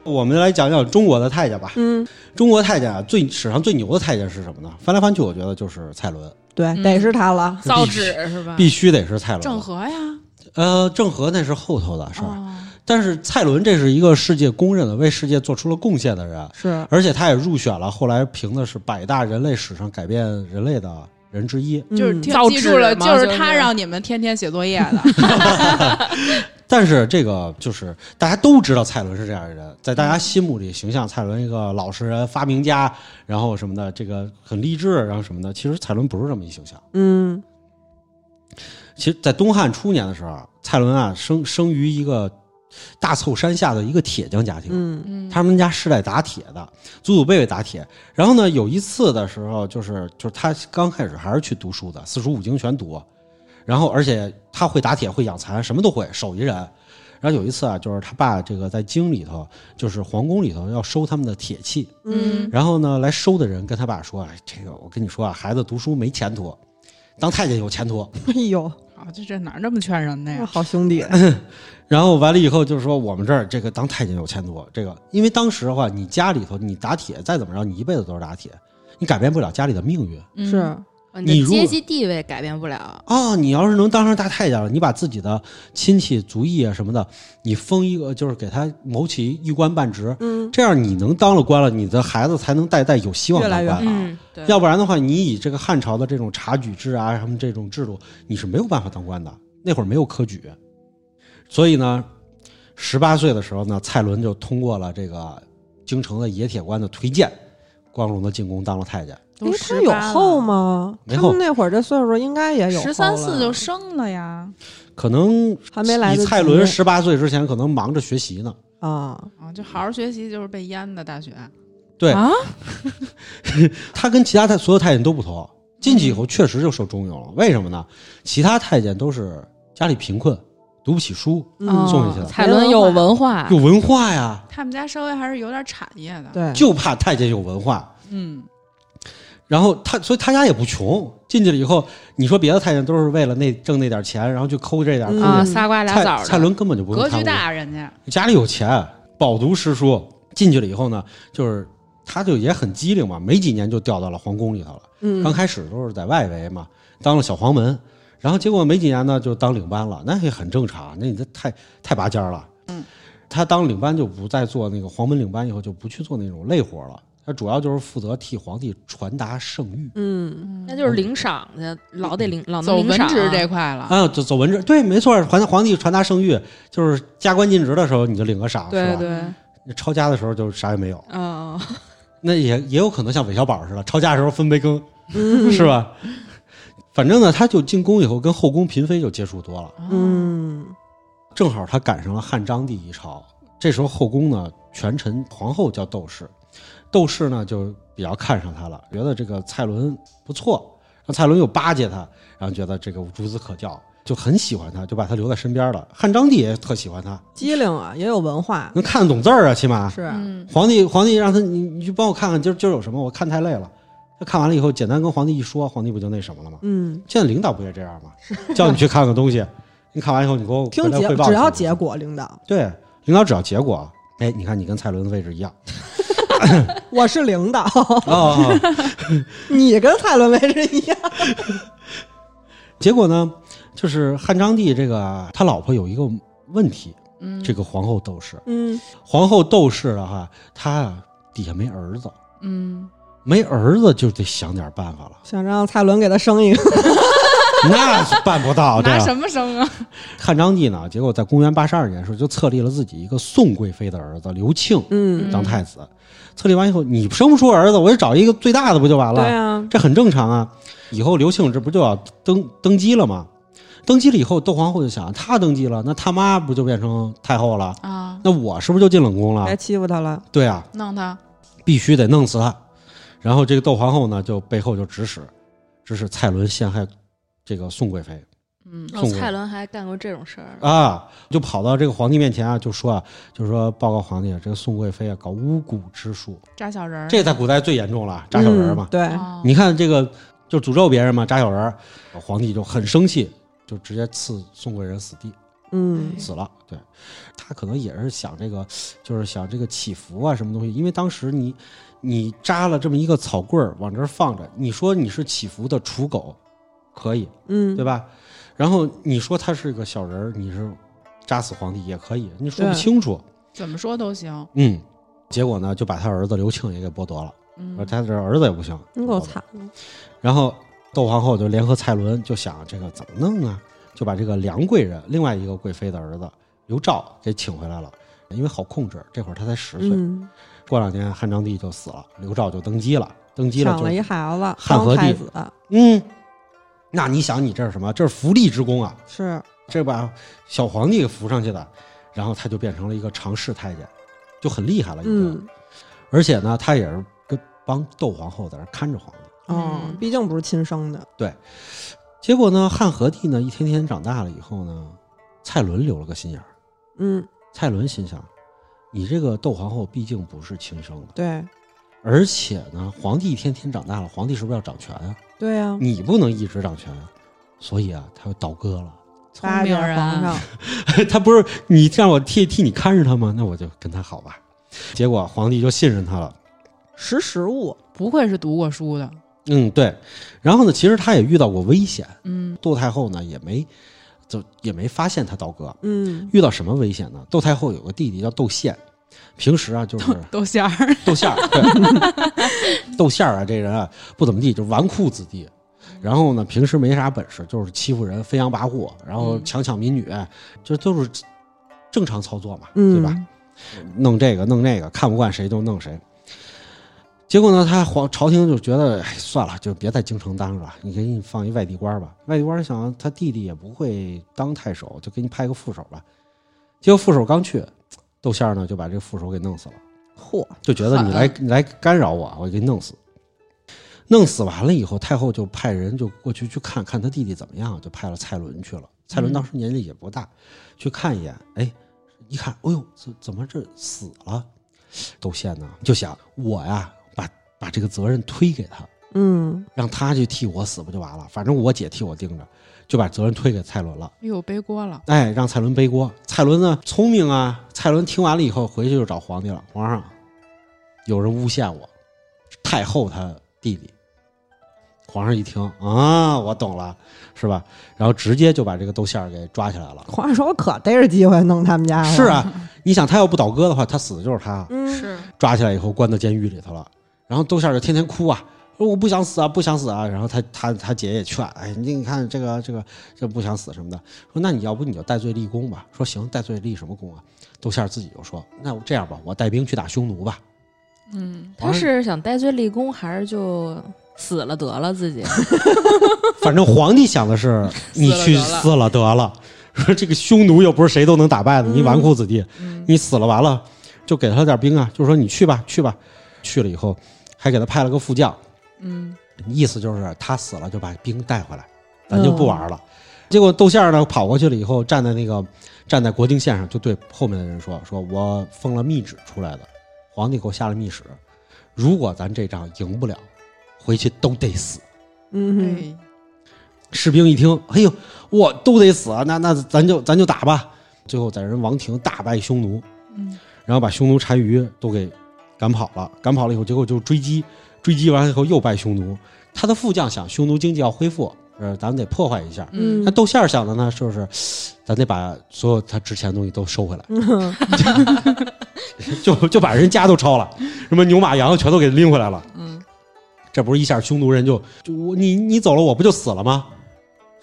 我们来讲讲中国的太监吧。嗯，中国太监啊，最史上最牛的太监是什么呢？翻来翻去，我觉得就是蔡伦，对， 嗯得是他了。造嗯纸是吧？必须得是蔡伦。郑，和呀，呃，郑和那是后头的事儿，哦，嗯但是蔡伦这是一个世界公认的为世界做出了贡献的人，是，而且他也入选了，后来评的是百大人类史上改变人类的人之一。就是嗯听造记纸住了，嘛就是就是他让你们天天写作业 的。但是这个就是大家都知道蔡伦是这样的人，在大家心目里形象，蔡伦一个老实人、发明家，然后什么的，这个很励志，然后什么的。其实蔡伦不是这么一形象。嗯其实，在东汉初年的时候，蔡伦啊生生于一个大凑山下的一个铁匠家庭，嗯嗯他们家世代打铁的，祖祖辈辈打铁。然后呢，有一次的时候，就是就是他刚开始还是去读书的，四书五经全读，然后而且他会打铁，会养蚕，什么都会，手艺人。然后有一次啊，就是他爸这个在京里头，就是皇宫里头要收他们的铁器，嗯，然后呢，来收的人跟他爸说：“哎，这个我跟你说啊，孩子读书没前途，当太监有前途。” 哎呦，啊，这这哪儿这么劝人的哎呀？嗯好兄弟，然后完了以后，就是说我们这儿这个当太监有前途，这个因为当时的话，你家里头你打铁再怎么着，你一辈子都是打铁，你改变不了家里的命运嗯是，哦你你的如果阶级地位改变不了。啊、你要是能当上大太监了，你把自己的亲戚族裔啊什么的，你封一个就是给他谋起一官半职，嗯，这样你能当了官了，你的孩子才能代代有希望越来当官。越好嗯，对要不然的话，你以这个汉朝的这种察举制啊，什么这种制度，你是没有办法当官的。那会儿没有科举，所以呢，十八岁的时候呢，蔡伦就通过了这个京城的冶铁官的推荐，光荣的进宫当了太监。哎，他有后吗？没他后们那会儿这岁数应该也有十三四就是生了呀，可能还没来以得及蔡伦十八岁之前，可能忙着学习呢。啊，啊，就好好学习，就是被淹的大学。对啊，他跟其他太所有太监都不同，进去以后确实就受重用了。为什么呢？其他太监都是家里贫困，读不起书，哦嗯，送进去了蔡伦有文啊化有，文化呀，他们家稍微还是有点产业的，，对，就怕太监有文化。嗯，然后他，所以他家也不穷。进去了以后，你说别的太监都是为了那挣那点钱，然后去抠这点抠嗯那啊，点仨瓜俩枣蔡的。蔡伦根本就不用格贪局污，大，人家家里有钱，饱读诗书。进去了以后呢，就是他就也很机灵嘛，没几年就调到了皇宫里头了。嗯刚，开始都是在外围嘛，当了小黄门，然后结果没几年呢就当领班了，那也很正常，那你这太太拔尖儿了。嗯，他当领班就不再做那个黄门领班，以后就不去做那种累活了，他主要就是负责替皇帝传达圣谕。嗯，那就是领赏去，老得领，老能走领文赏职啊这块了，啊，走走文职，对，没错，皇皇帝传达圣谕，就是加官进职的时候你就领个赏，对是吧？对，抄家的时候就啥也没有，嗯，那也也有可能像韦小宝似的，抄家的时候分杯 羹，是吧？反正呢，他就进宫以后跟后宫嫔妃就接触多了，哦嗯，正好他赶上了汉章帝一朝，这时候后宫呢权臣皇后叫窦氏，窦氏呢就比较看上他了，觉得这个蔡伦不错，让蔡伦又巴结他，然后觉得这个孺子可教，就很喜欢他，就把他留在身边了。汉章帝也特喜欢他，机灵啊，也有文化，能看得懂字儿啊，起码是，嗯，皇帝皇帝让他你你去帮我看看今儿今儿有什么，我看太累了。他看完了以后，简单跟皇帝一说，皇帝不就那什么了吗？嗯，现在领导不也这样吗？叫你去看看东西，你看完以后你给我回听来结汇报只要去结果，领导， 对，领导只要结果，哎，你看你跟蔡伦的位置一样，我是领导， 哦，你跟蔡伦威是一样。 结果呢，就是汉章帝这个他老婆有一个问题，嗯这个皇后窦氏，嗯，，皇后窦氏了哈，她啊底下没儿子，嗯，没儿子就得想点办法了 想让蔡伦给他生一个，那是办不到这拿什样。么生啊？汉章帝呢，结果在公元八十二年的时候就册立了自己一个宋贵妃的儿子刘庆嗯，当太子，册立完以后，你生不出儿子，我就找一个最大的不就完了？对啊，这很正常啊。以后刘庆这不就要登登基了吗？登基了以后，窦皇后就想，她登基了，那他妈不就变成太后了？啊，那我是不是就进冷宫了别？欺负他了。对啊，弄他，必须得弄死他。然后这个窦皇后呢，就背后就指使，指使蔡伦陷害这个宋贵妃嗯哦送过蔡伦还干过这种事儿，啊，就跑到这个皇帝面前啊，就说啊，就说报告皇帝，这个宋贵妃啊搞巫蛊之术，扎小人儿，这在古代最严重了，扎小人嘛嗯。对，哦你看这个就诅咒别人嘛，扎小人儿，皇帝就很生气，就直接赐宋贵人死地，嗯，死了。对，他可能也是想这个，就是想这个祈福啊，什么东西。因为当时你你扎了这么一个草棍儿往这儿放着，你说你是祈福的刍狗，可以，嗯对，吧？然后你说他是个小人儿，你是扎死皇帝也可以，你说不对清楚。怎么说都行。嗯，结果呢，就把他儿子刘庆也给剥夺了，嗯而哦他这儿子也不行，你剥夺够了惨的。然后窦皇后就联合蔡伦，就想这个怎么弄啊？就把这个梁贵人另外一个贵妃的儿子刘肇给请回来了，因为好控制，这会儿他才十岁。嗯，过两年汉章帝就死了，刘肇就登基了，登基了抢就了一孩子，汉当和太帝子嗯，那你想你这是什么？这是福利之功啊！是，这把小皇帝给扶上去的，然后他就变成了一个常侍太监，就很厉害了已经。嗯，而且呢，他也是跟帮窦皇后在那儿看着皇帝。哦，嗯毕竟不是亲生的，结果呢，汉和帝呢一天天长大了以后呢，蔡伦留了个心眼儿。嗯，蔡伦心想，你这个窦皇后毕竟不是亲生的，对，而且呢，皇帝一天天长大了，皇帝是不是要掌权啊？对嗯呀，你不能一直掌权啊，所以啊，他就倒戈了。 聪八明点人皇 上，他不是你让我替替你看着他吗？那我就跟他好吧。结果皇帝就信任他了。识时务，不愧是读过书的，嗯，对。然后呢，其实他也遇到过危险，嗯窦太后呢也没就也没发现他倒戈。啊嗯，遇到什么危险呢？窦太后有个弟弟叫窦宪，平时啊就是豆馅儿，窦宪儿，对， 窦宪儿啊这人啊不怎么地，就纨绔子弟。然后呢，平时没啥本事，就是欺负人、飞扬跋扈，然后嗯强抢民女，哎这都是正常操作嘛，嗯对吧？弄这个弄那个，看不惯谁就弄谁。结果呢，他皇朝廷就觉得，哎，算了，就别在京城当着了，你给你放一外地官吧。外地官想他弟弟也不会当太守，就给你派个副手吧。结果副手刚去，窦宪儿呢就把这副手给弄死了，嚯，就觉得你来狠你来干扰我，我给你弄死。弄死完了以后，太后就派人就过去去看看他弟弟怎么样，就派了蔡伦去了。蔡伦当时年纪也不大，去看一眼，哎，一看，哎呦，怎怎么这死了？窦宪呢就想我呀，把把这个责任推给他，嗯，让他去替我死不就完了？反正我姐替我盯着，就把责任推给蔡伦了。哎呦背锅了，哎，让蔡伦背锅。蔡伦呢聪明啊，蔡伦听完了以后回去就找皇帝了。皇上，有人诬陷我，太后她弟弟。皇上一听啊，我懂了，是吧？然后直接就把这个窦宪儿给抓起来了。皇上说我可逮着机会弄他们家了，是，啊，你想他要不倒戈的话，他死的就是他。啊嗯，是抓起来以后关到监狱里头了。然后窦宪儿就天天哭啊，说我不想死啊，不想死啊。然后他他他姐也劝，哎，你你看这个这个这不想死什么的，说那你要不你就戴罪立功吧。说行，戴罪立什么功啊？窦宪儿自己就说，那我这样吧，我带兵去打匈奴吧。嗯，他是想戴罪立功，还是就死了得了 自己？反正皇帝想的 是你去死了得了， 说这个匈奴又不是谁都能打败的，你纨绔子弟，你死了完了就给他点兵啊，就说你去吧去吧。去了以后还给他派了个副将，嗯，意思就是他死了就把兵带回来，咱就不玩了。结果窦宪儿呢跑过去了以后，站在那个站在国境线上，就对后面的人说：“说我奉了密旨出来的，皇帝给我下了密使，如果咱这仗赢不了，回去都得死。”嗯哎，士兵一听，哎呦，我都得死啊，那那咱就咱就打吧。最后在人王庭大败匈奴，嗯然后把匈奴单于都给赶跑了，赶跑了以后，结果就追击，追击完以后又败匈奴。他的副将想，匈奴经济要恢复，呃，咱们得破坏一下。嗯那，豆馅儿想的呢，就是咱得把所有他值钱的东西都收回来， 就就把人家都抄了，什么牛马羊全都给拎回来了。嗯，这不是一下匈奴人就就我你你走了我不就死了吗？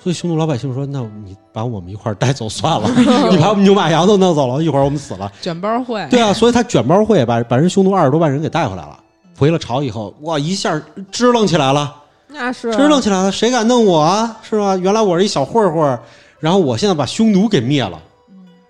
所以匈奴老百姓说，那你把我们一块儿带走算了，你把我们牛马羊都弄走了，一会儿我们死了。卷包会，对啊，所以他卷包会把把人匈奴二十多万人给带回来了。回了朝以后，哇，一下支棱起来了，那是啊支棱起来了，谁敢弄我啊？是吧？原来我是一小混混，然后我现在把匈奴给灭了，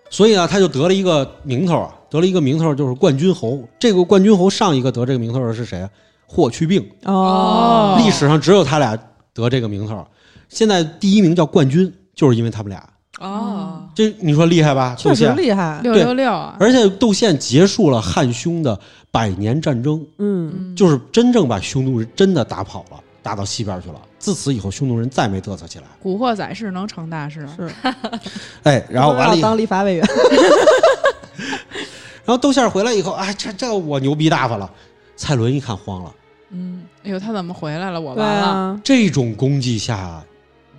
所以呢，他就得了一个名头啊，得了一个名头就是冠军侯。这个冠军侯上一个得这个名头的是谁啊？霍去病，哦，历史上只有他俩得这个名头。现在第一名叫冠军，就是因为他们俩。哦，这你说厉害吧？确窦实宪厉害。六六六啊，而且窦宪结束了汉匈的百年战争，嗯，就是真正把匈奴人真的打跑了，打到西边去了。自此以后，匈奴人再没嘚瑟起来。古惑仔是能成大嗯事， 是。哎，然后完了我以要后，当立法委员，然后窦宪回来以后，哎，这这我牛逼大发了。蔡伦一看慌了，嗯，哎呦，他怎么回来了？我对完了，啊，这种功绩下，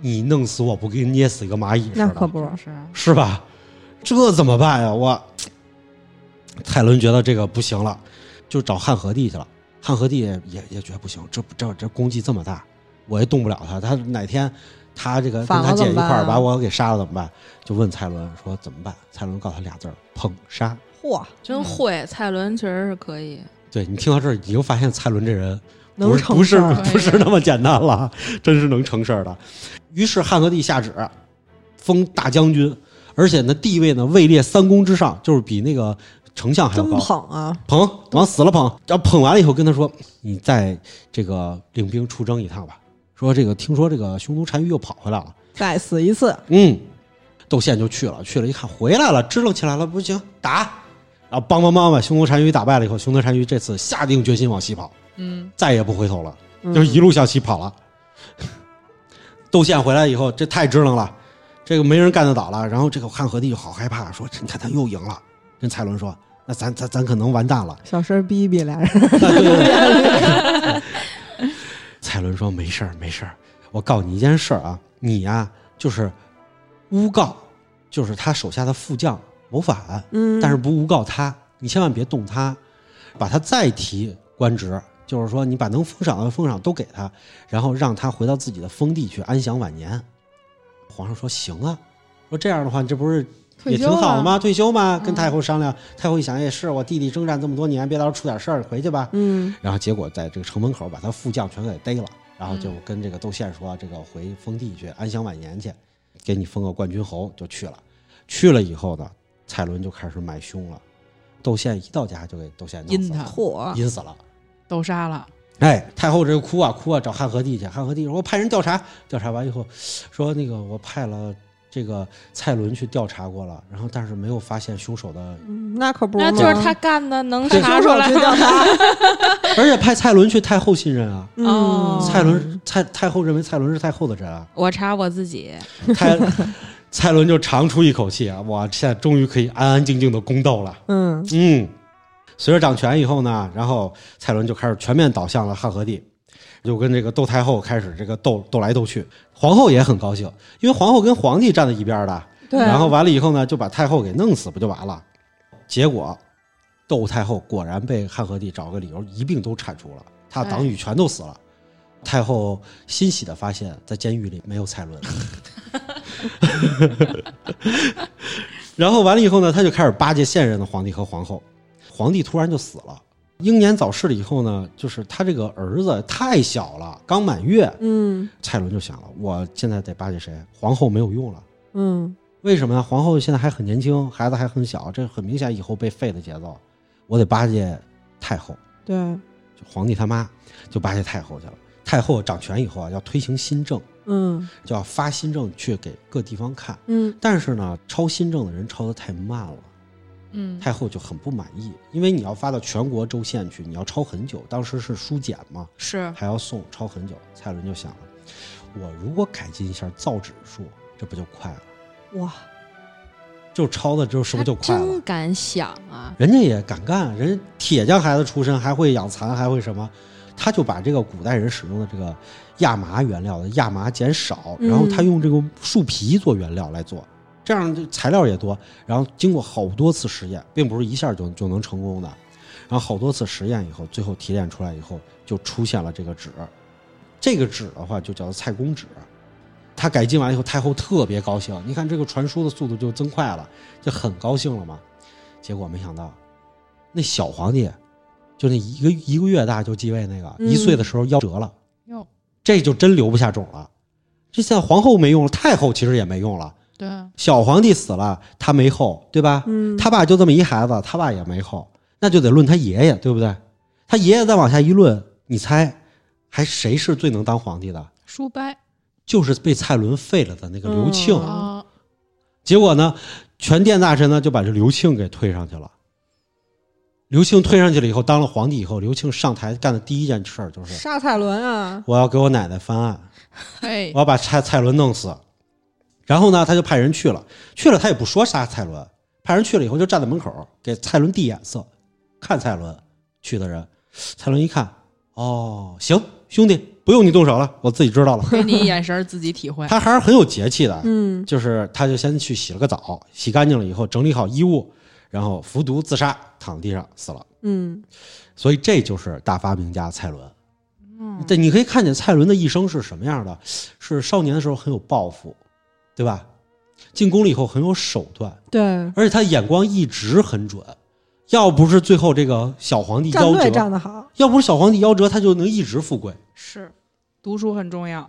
你弄死我不跟捏死一个蚂蚁似那可的，不是。是啊是吧？这怎么办呀？我蔡伦觉得这个不行了，就找汉和帝去了。汉和帝也也也觉得不行，这这这功绩这么大，我也动不了他。他哪天他这个跟反了他姐怎一么块办啊儿把我给杀了怎么办？就问蔡伦说怎么办？蔡伦告诉他俩字儿：捧杀。嚯，真会，蔡伦确实是可以。对你听到这儿，你就发现蔡伦这人能不是成不是事儿不是那么简单了，真是能成事儿的。于是汉和帝下旨封大将军，而且呢地位呢位列三公之上，就是比那个丞相还要真高。捧啊！捧往死了捧，然后捧完了以后跟他说：“你再这个领兵出征一趟吧。”说这个听说这个匈奴单于又跑回来了，再死一次，嗯，窦宪就去了，去了一看回来了，支棱起来了，不行，打，然后帮帮帮把匈奴单于打败了以后，匈奴单于这次下定决心往西跑，嗯，再也不回头了，嗯就一路向西跑了。窦宪回来以后，这太支棱了，这个没人干得倒了。然后这个汉和帝就好害怕，说：“你看他又赢了。”跟蔡伦说：“那咱咱咱可能完蛋了。”小声逼逼俩人，那就有点 蔡伦说：“没事儿，没事儿，我告诉你一件事儿啊，你呀、就是诬告，就是他手下的副将谋反，嗯， 但是不诬告他，你千万别动他，把他再提官职，就是说你把能封赏的封赏都给他，然后让他回到自己的封地去安享晚年。”皇上说：“行啊，说这样的话，你这不是退也休挺了嗯好的吗？退休嘛，跟太后商量。太后一想，也是我弟弟征战这么多年，别到时候出点事儿，回去吧。嗯，然后结果在这个城门口把他副将全给逮了，然后就嗯跟这个窦宪说，这个回封地去安享晚年去，给你封个冠军侯，就去了。去了以后呢，蔡伦就开始买凶了，窦宪一到家就给窦宪弄阴死了，他嚯，阴死了。都杀了，哎，太后这个哭啊哭啊，找汉和帝去。汉和帝说：“我派人调查，调查完以后，说那个我派了这个蔡伦去调查过了，然后但是没有发现凶手的嗯那可不嘛，那就是他干 的，能对查出来凶手去调查，而且派蔡伦去太后信任啊。嗯哦，蔡伦蔡太后认为蔡伦是太后的人啊，我查我自己， 蔡蔡伦就长出一口气啊，我现在终于可以安安静静的宫斗了。嗯，嗯，随着掌权以后呢，然后蔡伦就开始全面倒向了汉和帝，就跟这个窦太后开始这个斗斗来斗去。皇后也很高兴，因为皇后跟皇帝站在一边的，对，然后完了以后呢，就把太后给弄死，不就完了？结果窦太后果然被汉和帝找个理由一并都铲除了，他的党羽全都死了。哎太后欣喜的发现，在监狱里没有蔡伦。 然后完了以后呢，他就开始巴结现任的皇帝和皇后。皇帝突然就死了，英年早逝了以后呢，就是他这个儿子太小了，刚满月。嗯蔡伦就想了，我现在得巴结谁？皇后没有用了。嗯，为什么呀？皇后现在还很年轻，孩子还很小，这很明显以后被废的节奏。我得巴结太后，对，就皇帝他妈，就巴结太后去了。太后掌权以后啊，要推行新政，嗯就要发新政去给各地方看。嗯，但是呢，抄新政的人抄的太慢了，嗯，太后就很不满意，因为你要发到全国州县去，你要抄很久。当时是书简嘛，是还要送，抄很久。蔡伦就想了，我如果改进一下造纸术，这不就快了？哇，就抄的就是不是就快真了？敢想啊！人家也敢干，人铁匠孩子出身，还会养蚕，还会什么？他就把这个古代人使用的这个亚麻原料的亚麻减少，然后他用这个树皮做原料来做，这样就材料也多。然后经过好多次实验，并不是一下就就能成功的。然后好多次实验以后，最后提炼出来以后，就出现了这个纸。这个纸的话，就叫做蔡公纸。他改进完以后，太后特别高兴。你看这个传输的速度就增快了，就很高兴了嘛。结果没想到，那小皇帝，就那一个一个月大就继位那个，嗯一岁的时候夭折了哟，这就真留不下种了。这现在皇后没用了，太后其实也没用了。对，小皇帝死了，他没后，对吧？嗯，他爸就这么一孩子，他爸也没后，那就得论他爷爷，对不对？他爷爷再往下一论，你猜，还谁是最能当皇帝的？书掰就是被蔡伦废了的那个刘庆。嗯啊，结果呢，全殿大臣呢就把这刘庆给推上去了。刘庆推上去了以后，当了皇帝以后，刘庆上台干的第一件事儿就是，杀蔡伦啊，我要给我奶奶翻案，哎，我要把蔡蔡伦弄死。然后呢，他就派人去了，去了他也不说杀蔡伦，派人去了以后就站在门口给蔡伦递眼色，看蔡伦去的人。蔡伦一看，哦，行，兄弟，不用你动手了，我自己知 道了。给你眼神儿自己体会。他还是很有节气的，嗯，就是他就先去洗了个澡，洗干净了以后整理好衣物，然后服毒自杀，躺地上死了。嗯，所以这就是大发明家蔡伦。嗯对，你可以看见蔡伦的一生是什么样的，是少年的时候很有抱负，对吧？进宫了以后很有手段，对，而且他眼光一直很准。要不是最后这个小皇帝站队夭站折，得好，要不是小皇帝夭折，他就能一直富贵。是，读书很重要。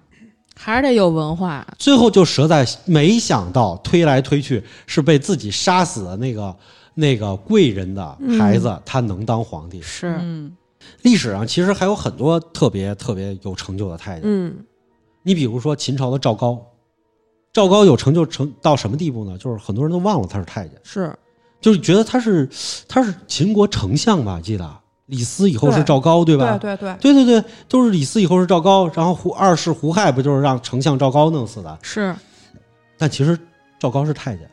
还是得有文化。最后就折在没想到推来推去是被自己杀死的那个那个贵人的孩子，他能当皇帝。是，嗯，历史上其实还有很多特别特别有成就的太监，嗯，你比如说秦朝的赵高，赵高有成就成到什么地步呢？就是很多人都忘了他是太监，是，就是觉得他是他是秦国丞相吧，记得李斯以后是对赵高对吧？对对对，对对对，都是李斯以后是赵高，然后胡二世胡亥不就是让丞相赵高弄死的？是但其实赵高是太监。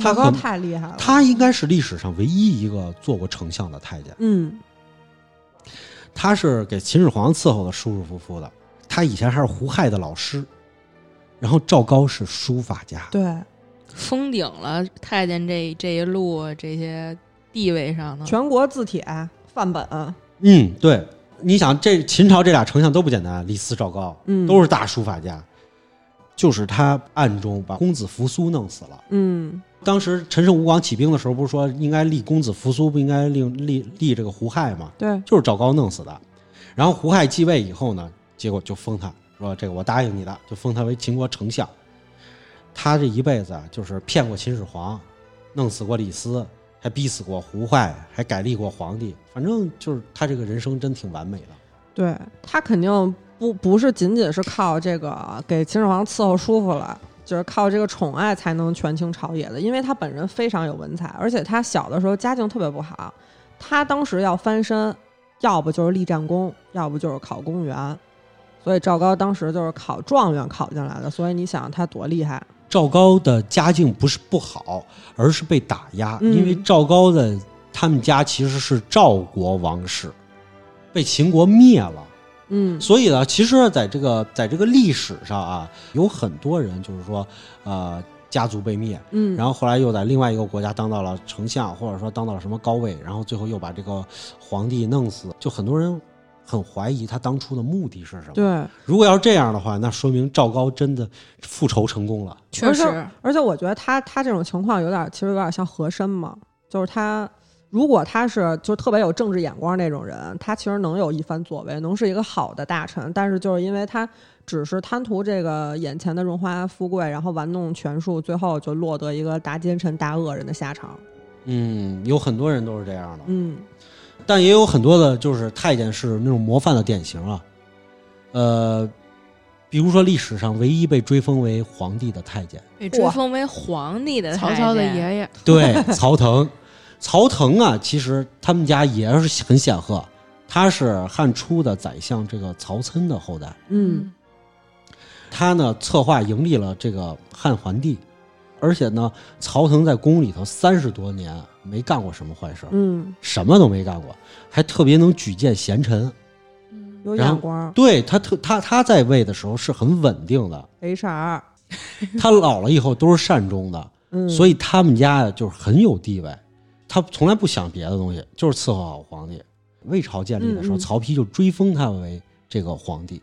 他老高很太厉害了，他应该是历史上唯一一个做过丞相的太监，嗯，他是给秦始皇伺候的舒舒服服的。他以前还是胡亥的老师，然后赵高是书法家，对，封顶了太监这这一路这些地位上呢，全国字帖范本，嗯，对，你想这秦朝这俩丞相都不简单，李斯、赵高，嗯都是大书法家。就是他暗中把公子扶苏弄死了。嗯，当时陈胜吴广起兵的时候，不是说应该立公子扶苏，不应该立立立这个胡亥吗？对，就是赵高弄死的。然后胡亥继位以后呢，结果就封他，说这个我答应你的，就封他为秦国丞相。他这一辈子啊，就是骗过秦始皇，弄死过李斯，还逼死过胡亥，还改立过皇帝，反正就是他这个人生真挺完美的。对他肯定不不是仅仅是靠这个给秦始皇伺候舒服了，就是靠这个宠爱才能权倾朝野的，因为他本人非常有文采，而且他小的时候家境特别不好，他当时要翻身，要不就是立战功，要不就是考公务员。所以赵高当时就是考状元考进来的，所以你想他多厉害？赵高的家境不是不好，而是被打压，嗯因为赵高的他们家其实是赵国王室，被秦国灭了。嗯所以呢，其实在这个在这个历史上啊，有很多人就是说，呃，家族被灭，嗯，然后后来又在另外一个国家当到了丞相，或者说当到了什么高位，然后最后又把这个皇帝弄死，就很多人很怀疑他当初的目的是什么。对，如果要是这样的话，那说明赵高真的复仇成功了。确而实且，而且我觉得他他这种情况有点，其实有点像和珅嘛，就是他如果他是就特别有政治眼光那种人，他其实能有一番作为，能是一个好的大臣，但是就是因为他只是贪图这个眼前的荣华富贵，然后玩弄权术，最后就落得一个大奸臣、大恶人的下场。嗯，有很多人都是这样的。嗯但也有很多的，就是太监是那种模范的典型啊。呃，比如说历史上唯一被追封为皇帝的太监，被追封为皇帝的曹太操的监爷爷，对曹腾。曹腾啊，其实他们家也是很显赫，他是汉初的宰相这个曹参的后代。嗯，他呢策划迎立了这个汉桓帝，而且呢，曹腾在宫里头三十多年没干过什么坏事儿，嗯，什么都没干过，还特别能举荐贤臣。嗯有然后眼光对他特他他在位的时候是很稳 定的， ，HR，他老了以后都是善终的，嗯，所以以他们家呀就是很有地位，他从来不想别的东西，就是伺候好皇帝。魏朝建立的时候，嗯嗯曹丕就追封他为这个皇帝，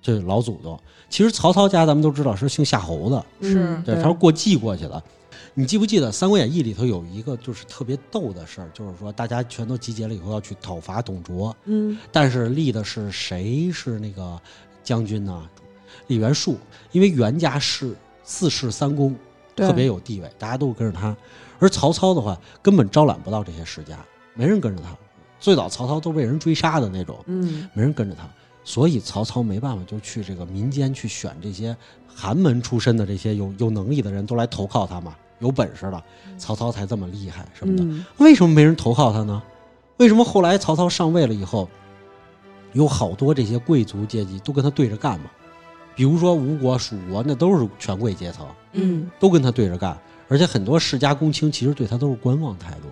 这是老祖宗。其实曹操家咱们都知道是姓夏侯的，是对，他是过继过去了。你记不记得《三国演义》里头有一个就是特别逗的事儿，就是说大家全都集结了以后要去讨伐董卓，嗯但是立的是谁是那个将军呢？李元术，因为袁家是四世三公，对特别有地位，大家都跟着他。而曹操的话，根本招揽不到这些世家，没人跟着他。最早曹操都被人追杀的那种，嗯没人跟着他，所以曹操没办法，就去这个民间去选这些寒门出身的这些有有能力的人都来投靠他嘛，有本事了，曹操才这么厉害什么的。嗯为什么没人投靠他呢？为什么后来曹操上位了以后，有好多这些贵族阶级都跟他对着干嘛？比如说吴国、蜀国，那都是权贵阶层，嗯都跟他对着干，而且很多世家公卿其实对他都是观望态度，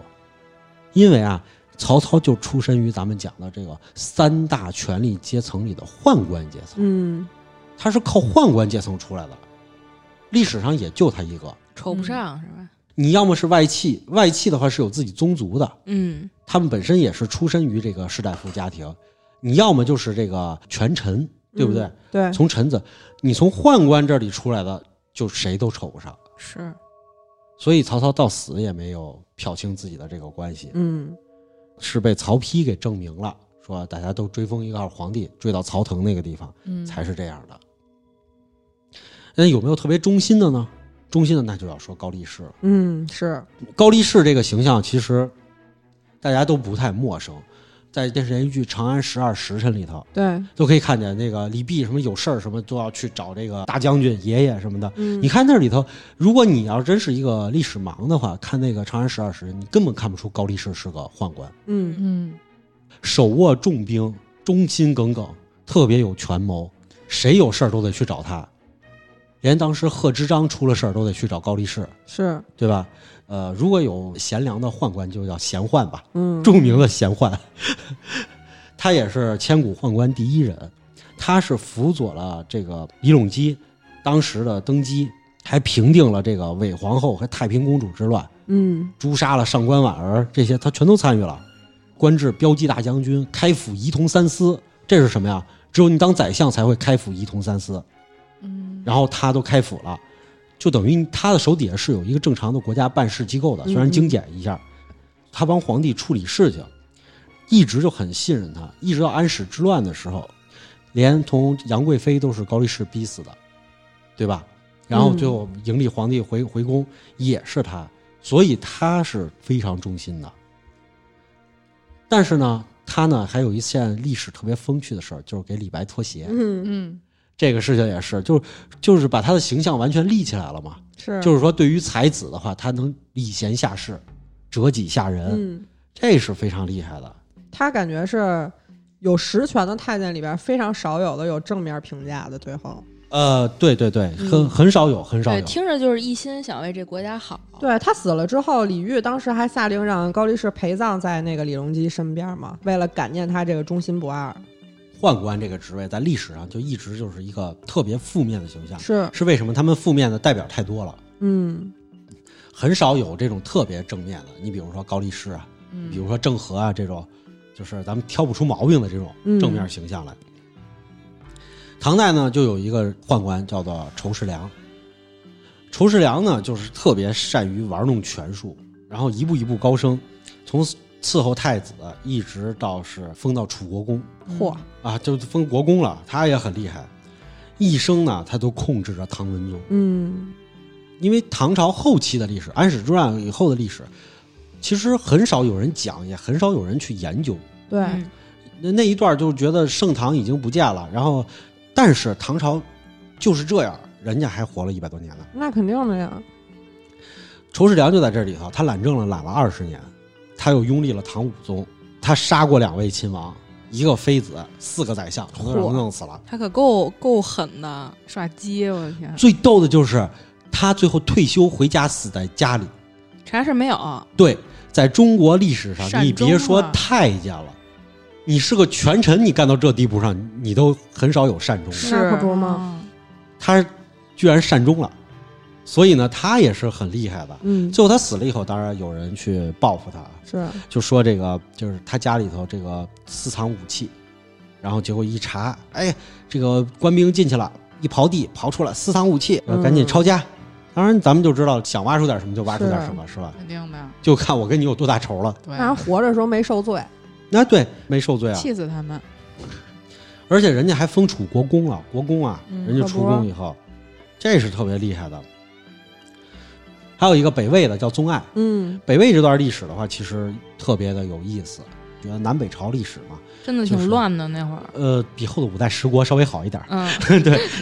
因为啊，曹操就出身于咱们讲的这个三大权力阶层里的宦官阶层，嗯，他是靠宦官阶层出来的，历史上也就他一个。瞅不上是吧？你要么是外戚，外戚的话是有自己宗族的，嗯他们本身也是出身于这个士大夫家庭，你要么就是这个权臣，对不对？嗯？对，从臣子，你从宦官这里出来的，就谁都瞅不上。是，所以曹操到死也没有撇清自己的这个关系，嗯是被曹丕给证明了，说大家都追封一个皇帝，追到曹腾那个地方嗯才是这样的。那有没有特别忠心的呢？忠心的那就要说高力士了。嗯是，高力士这个形象其实大家都不太陌生，在电视连续剧《长安十二时辰》里头对，都可以看见，那个李泌什么有事儿什么都要去找这个大将军爷爷什么的。嗯你看那里头，如果你要真是一个历史盲的话，看那个《长安十二时辰》，你根本看不出高力士是个宦官，嗯嗯手握重兵，忠心耿耿，特别有权谋，谁有事儿都得去找他。连当时贺知章出了事儿都得去找高力士，是，对吧？呃，如果有贤良的宦官，就叫贤宦吧。嗯著名的闲宦， 他也是千古宦官第一人，他是辅佐了这个李隆基当时的登基，还平定了这个韦皇后和太平公主之乱，嗯诛杀了上官婉儿这些，他全都参与了，官至骠骑大将军，开府仪同三司，这是什么呀？只有你当宰相才会开府仪同三司，嗯然后他都开府了，就等于他的手底下是有一个正常的国家办事机构的，虽然精简一下，他帮皇帝处理事情，一直就很信任他，一直到安史之乱的时候，连同杨贵妃都是高力士逼死的，对吧？然后最后迎历皇帝回回宫也是他，所以他是非常忠心的。但是呢，他呢还有一件历史特别风趣的事儿，就是给李白脱鞋。嗯嗯这个事情也是，就是就是把他的形象完全立起来了嘛。是，就是说，对于才子的话，他能礼贤下士，折己下人，嗯。这是非常厉害的。他感觉是有实权的太监里边非常少有的有正面评价的，最后呃，对对对，很、嗯很少有，很少对，有。听着就是一心想为这国家好。对他死了之后，李煜当时还下令让高力士陪葬在那个李隆基身边嘛，为了感念他这个忠心不二。宦官这个职位在历史上就一直就是一个特别负面的形象，是，是为什么？他们负面的代表太多了，嗯很少有这种特别正面的。你比如说高力士啊，嗯比如说郑和啊这种，就是咱们挑不出毛病的这种嗯正面形象来。唐代呢，就有一个宦官叫做仇士良。仇士良呢，就是特别善于玩弄权术，然后一步一步高升，从伺候太子一直到是封到楚国公嚯，啊，就封国公了。他也很厉害，一生呢，他都控制着唐文宗。嗯因为唐朝后期的历史，安史之乱以后的历史，其实很少有人讲，也很少有人去研究。对，嗯那那一段就觉得盛唐已经不见了，然后，但是唐朝就是这样，人家还活了一百多年呢。那肯定的呀。仇士良就在这里头，他懒政了，懒了二十年，他又拥立了唐武宗，他杀过两位亲王，一个妃子，四个宰相，全都让他弄死了。他可够够狠的，耍鸡，我的天，最逗的就是他最后退休回家死在家里。查是没有，对，在中国历史上，善你别终说啊太监了，你是个权臣，你干到这地步上，你都很少有善终的。那可不吗？他居然善终了，所以呢，他也是很厉害的。嗯，最后他死了以后，当然有人去报复他，是就说这个就是他家里头这个私藏武器，然后结果一查，哎，这个官兵进去了，一刨地刨出来私藏武器，嗯赶紧抄家。当然，咱们就知道想挖出点什么就挖出点是什么，是吧？肯定的，就看我跟你有多大仇了。对，那人活着时候没受罪，那对，没受罪啊，气死他们，而且人家还封楚国公了，国公啊，嗯人家出宫以后，这是特别厉害的。还有一个北魏的叫宗爱，嗯，北魏这段历史的话，其实特别的有意思。觉得南北朝历史嘛，真的就是挺乱的那 会儿。呃，比后的五代十国稍微好一点儿。 嗯，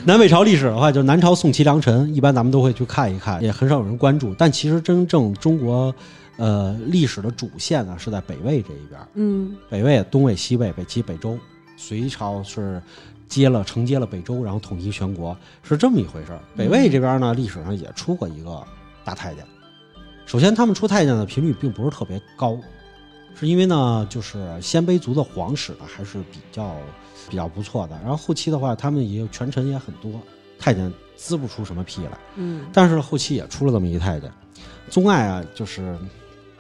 南北朝历史的话，就是南朝宋齐梁陈，一般咱们都会去看一看，也很少有人关注。但其实真正中国，呃，历史的主线呢是在北魏这一边儿，嗯，北魏、东魏、西魏、北齐、北周，隋朝是接了承接了北周，然后统一全国，是这么一回事儿。北魏这边呢，历史上也出过一个大太监。首先，他们出太监的频率并不是特别高，是因为呢，就是鲜卑族的皇室呢还是比较比较不错的。然后后期的话，他们也有权臣也很多，太监滋不出什么屁来。嗯，但是后期也出了这么一太监，宗爱啊，就是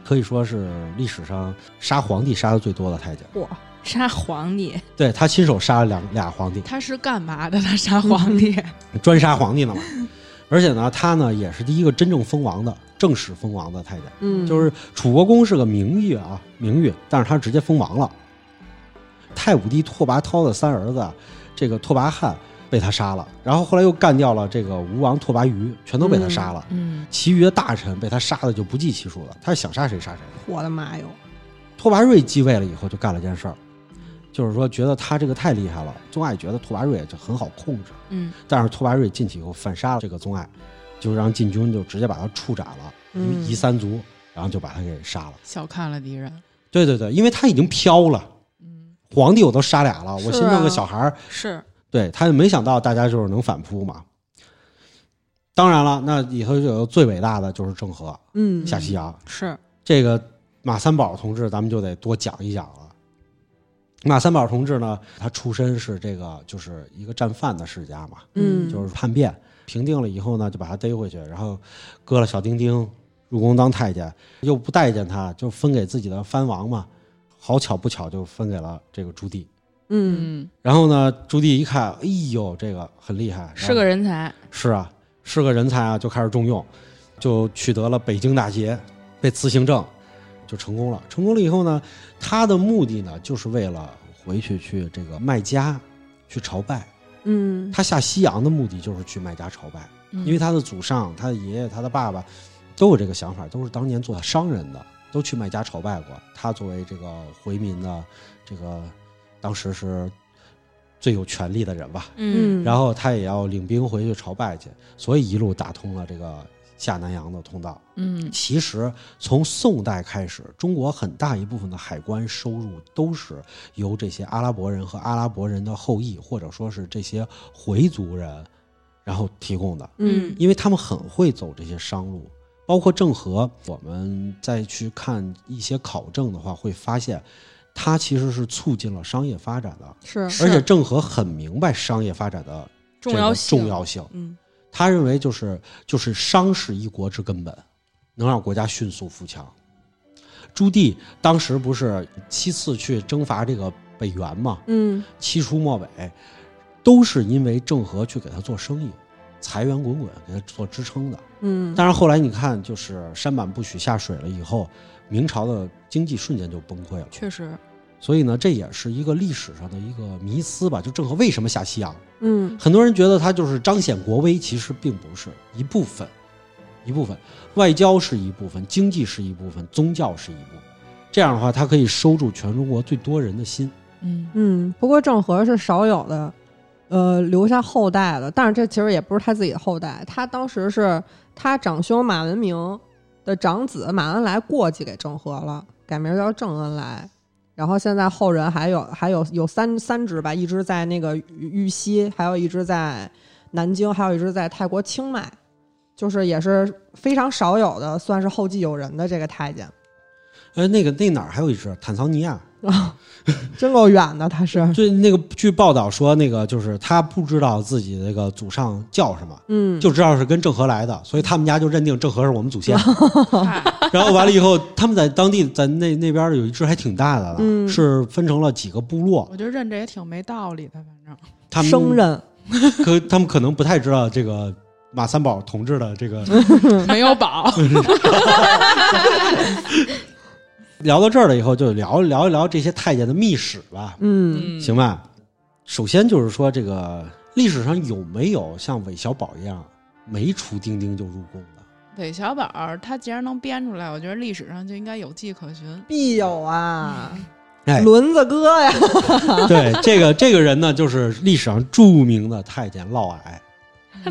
可以说是历史上杀皇帝杀的最多的太监，嚯，杀皇帝，对他亲手杀了两俩皇帝，他是干嘛的？他杀皇帝，专杀皇帝呢嘛。而且呢，他呢也是第一个真正封王的正式封王的太监，嗯，就是楚国公是个名誉啊名誉，但是他直接封王了。太武帝拓跋焘的三儿子，这个拓跋汗被他杀了，然后后来又干掉了这个吴王拓跋余，全都被他杀了。嗯，其余的大臣被他杀的就不计其数了，他是想杀谁杀谁。我的妈哟，拓跋瑞继位了以后就干了件事儿，就是说觉得他这个太厉害了，宗爱觉得拓跋瑞就很好控制，嗯，但是拓跋瑞进去以后反杀了这个宗爱，就让禁军就直接把他处斩了，嗯夷三族，然后就把他给杀了。小看了敌人，对对对，因为他已经飘了，嗯，皇帝我都杀俩了，我是新弄啊个小孩儿，是对他没想到大家就是能反扑嘛。当然了，那里头就有最伟大的就是郑和嗯，下西洋，是，这个马三宝同志，咱们就得多讲一讲了。马三宝同志呢，他出身是这个就是一个战犯的世家嘛，嗯，就是叛变，平定了以后呢，就把他逮回去，然后割了小丁丁，入宫当太监，又不待见他，就分给自己的藩王嘛。好巧不巧，就分给了这个朱棣。嗯，嗯，然后呢，朱棣一看，哎呦，这个很厉害，是个人才，是啊，是个人才啊，就开始重用，就取得了北京大捷，被辞行政，就成功了。成功了以后呢，他的目的呢，就是为了回去去这个麦加去朝拜。嗯，他下西洋的目的就是去麦加朝拜，因为他的祖上、他的爷爷、他的爸爸都有这个想法，都是当年做商人的，都去麦加朝拜过。他作为这个回民的这个当时是最有权力的人吧，嗯，然后他也要领兵回去朝拜去，所以一路打通了这个下南洋的通道。嗯，其实从宋代开始，中国很大一部分的海关收入都是由这些阿拉伯人和阿拉伯人的后裔，或者说是这些回族人，然后提供的，嗯，因为他们很会走这些商路。包括郑和，我们再去看一些考证的话，会发现，它其实是促进了商业发展的。是，而且郑和很明白商业发展的这重个要性，重要性。嗯，他认为就是就是商是一国之根本，能让国家迅速富强。朱棣当时不是七次去征伐这个北元嘛，嗯，七出末尾，都是因为郑和去给他做生意，财源滚滚，给他做支撑的。嗯，但是后来你看，就是山板不许下水了以后，明朝的经济瞬间就崩溃了。确实，所以呢，这也是一个历史上的一个迷思吧。就郑和为什么下西洋？嗯，很多人觉得他就是彰显国威，其实并不是一部分，一部分外交是一部分，经济是一部分，宗教是一部分。这样的话，他可以收住全中国最多人的心。嗯，嗯，不过郑和是少有的，呃，留下后代的。但是这其实也不是他自己的后代，他当时是他长兄马文明的长子马恩来过继给郑和了，改名叫郑恩来。然后现在后人还有还有有三三支吧，一支在那个玉西，还有一支在南京，还有一支在泰国清迈。就是也是非常少有的，算是后继有人的这个太监，哎，那个那哪儿还有一只坦桑尼亚？真够远的，他是，就嗯那个据报道说，那个就是他不知道自己那个祖上叫什么，嗯，就知道是跟郑和来的，所以他们家就认定郑和是我们祖 先。嗨然后完了以后，他们在当地在那那边有一支还挺大的了，嗯是分成了几个部落。我觉得认这也挺没道理的，反正他们生人，可他们可能不太知道这个马三宝同志的这个。 没有宝。聊到这儿了以后，就聊聊一聊这些太监的秘史吧，嗯行吧？首先就是说，这个历史上有没有像韦小宝一样没出丁丁就入宫的？韦小宝儿他既然能编出来，我觉得历史上就应该有迹可循。必有啊，哎，轮子哥呀，对，这个这个人呢，就是历史上著名的太监嫪毐。 嗯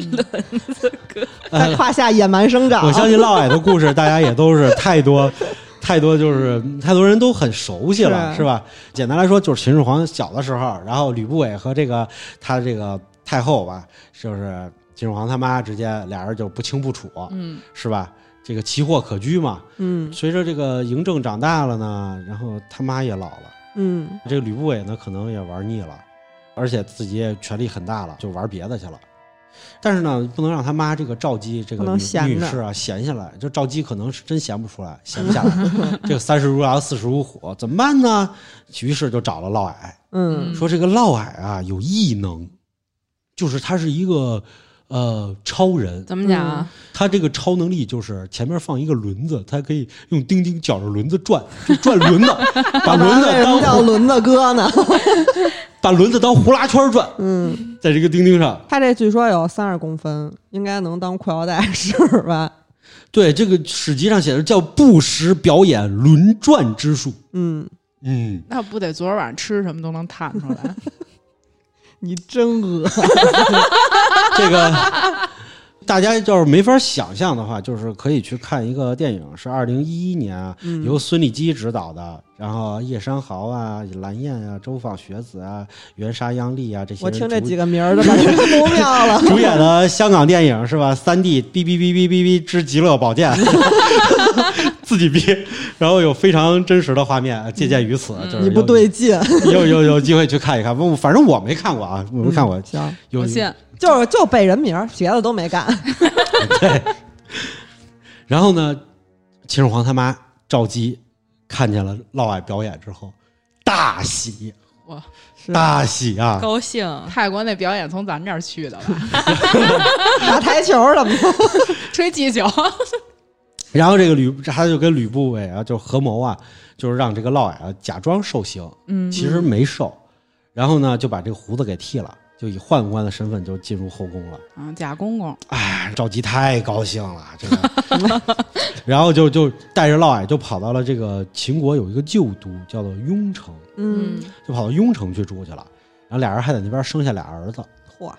轮在子哥，胯下野蛮生长，哎 我相信嫪毐的故事，大家也都是太多。太多就是太多人都很熟悉了，是是吧？简单来说，就是秦始皇小的时候，然后吕不韦和这个他这个太后吧，就是秦始皇他妈之间，俩人就不清不楚，嗯，是吧？这个奇货可居嘛。嗯随着这个嬴政长大了呢，然后他妈也老了，嗯这个吕不韦呢，可能也玩腻了，而且自己也权力很大了，就玩别的去了。但是呢，不能让他妈这个赵姬这个不能女闲女着士啊闲下来。就赵姬可能是真闲不出来，闲不 下来。这个三十如狼，四十如虎，怎么办呢？于是就找了嫪毐，嗯嗯说这个嫪毐啊有异能，就是他是一个呃超人，怎么讲啊？他这个超能力就是前面放一个轮子，他可以用钉钉绞着轮子转，就转轮 子，把轮子为什当么叫轮子哥呢？把轮子当呼啦圈转，嗯，在这个钉钉上。他这据说有三十公分，应该能当裤腰带使吧？对，这个史籍上写的叫不时表演轮转之术。嗯，嗯，那不得昨儿晚上吃什么都能探出来？你真恶，这个大家要是没法想象的话，就是可以去看一个电影，是二零一一年啊，嗯由孙立基执导的，然后叶山豪啊、蓝燕啊、周访学子啊、袁沙央丽啊这些我人听这主几个名儿都感觉不妙了。 主演的香港电影是吧？三 D 哔哔哔哔哔哔之极乐宝剑， 自己哔，然后有非常真实的画面，借鉴于此。就是嗯你不有对劲，有有有机会去看一看，不，反正我没看过啊，我没看过。行，有就是就背人名儿，别的都没 干。对。然后呢，秦始皇他妈赵姬看见了嫪毐表演之后，大喜哇，是大喜啊！高兴，泰国那表演从咱这儿去的吧？打台球儿什么的，吹气球，然后这个吕，他就跟吕不韦啊，就合谋啊，就是让这个嫪毐啊假装受刑，嗯其实没受。然后呢，就把这个胡子给剃了，就以宦官的身份就进入后宫了。嗯，贾公公，哎，赵姬太高兴了，这个， 然后就就带着嫪毐就跑到了这个秦国有一个旧都叫做雍城，嗯，，就跑到雍城去住去了。然后俩人还在那边生下俩儿子，嚯，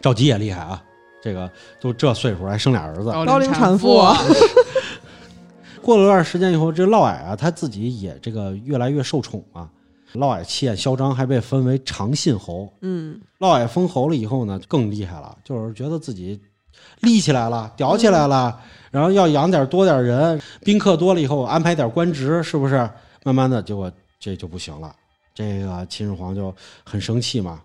赵姬也厉害啊，这个都这岁数还生俩儿子，哦高龄产妇妇， 过了段时间以后，这嫪毐啊，他自己也这个越来越受宠嘛。嫪毐气焰嚣张，还被分为长信侯。嗯嫪毐封侯了以后呢，更厉害了，就是觉得自己立起来了，屌起来了，然后要养点多点人，宾客多了以后安排点官职，是不是？慢慢的，结果这就不行了。这个秦始皇就很生气嘛。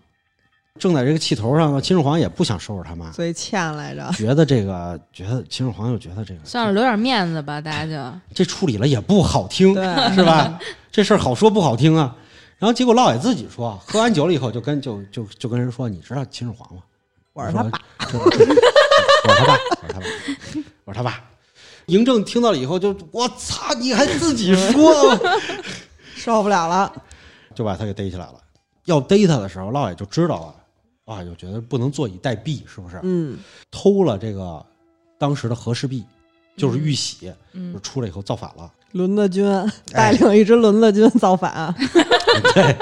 正在这个气头上呢，秦始皇也不想收拾他妈，所以欠来着，觉得这个觉得秦始皇又觉得这个算了，留点面子吧，大家就这处理了也不好听，对，是吧？这事儿好说不好听啊。然后结果嫪毐自己说，喝完酒了以后就跟就就就跟人说，你知道秦始皇吗？我是他爸，这我是他爸，我是他爸，我是他爸。嬴政听到了以后就我操，你还自己说，啊受不了了， 就把他给逮起来了。要逮他的时候，嫪毐就知道了，嫪毐就觉得不能坐以待毙，是不是？嗯偷了这个当时的和氏璧，就是玉玺，就嗯，出来以后造反了。轮子军哎带领一支轮子军造反，对，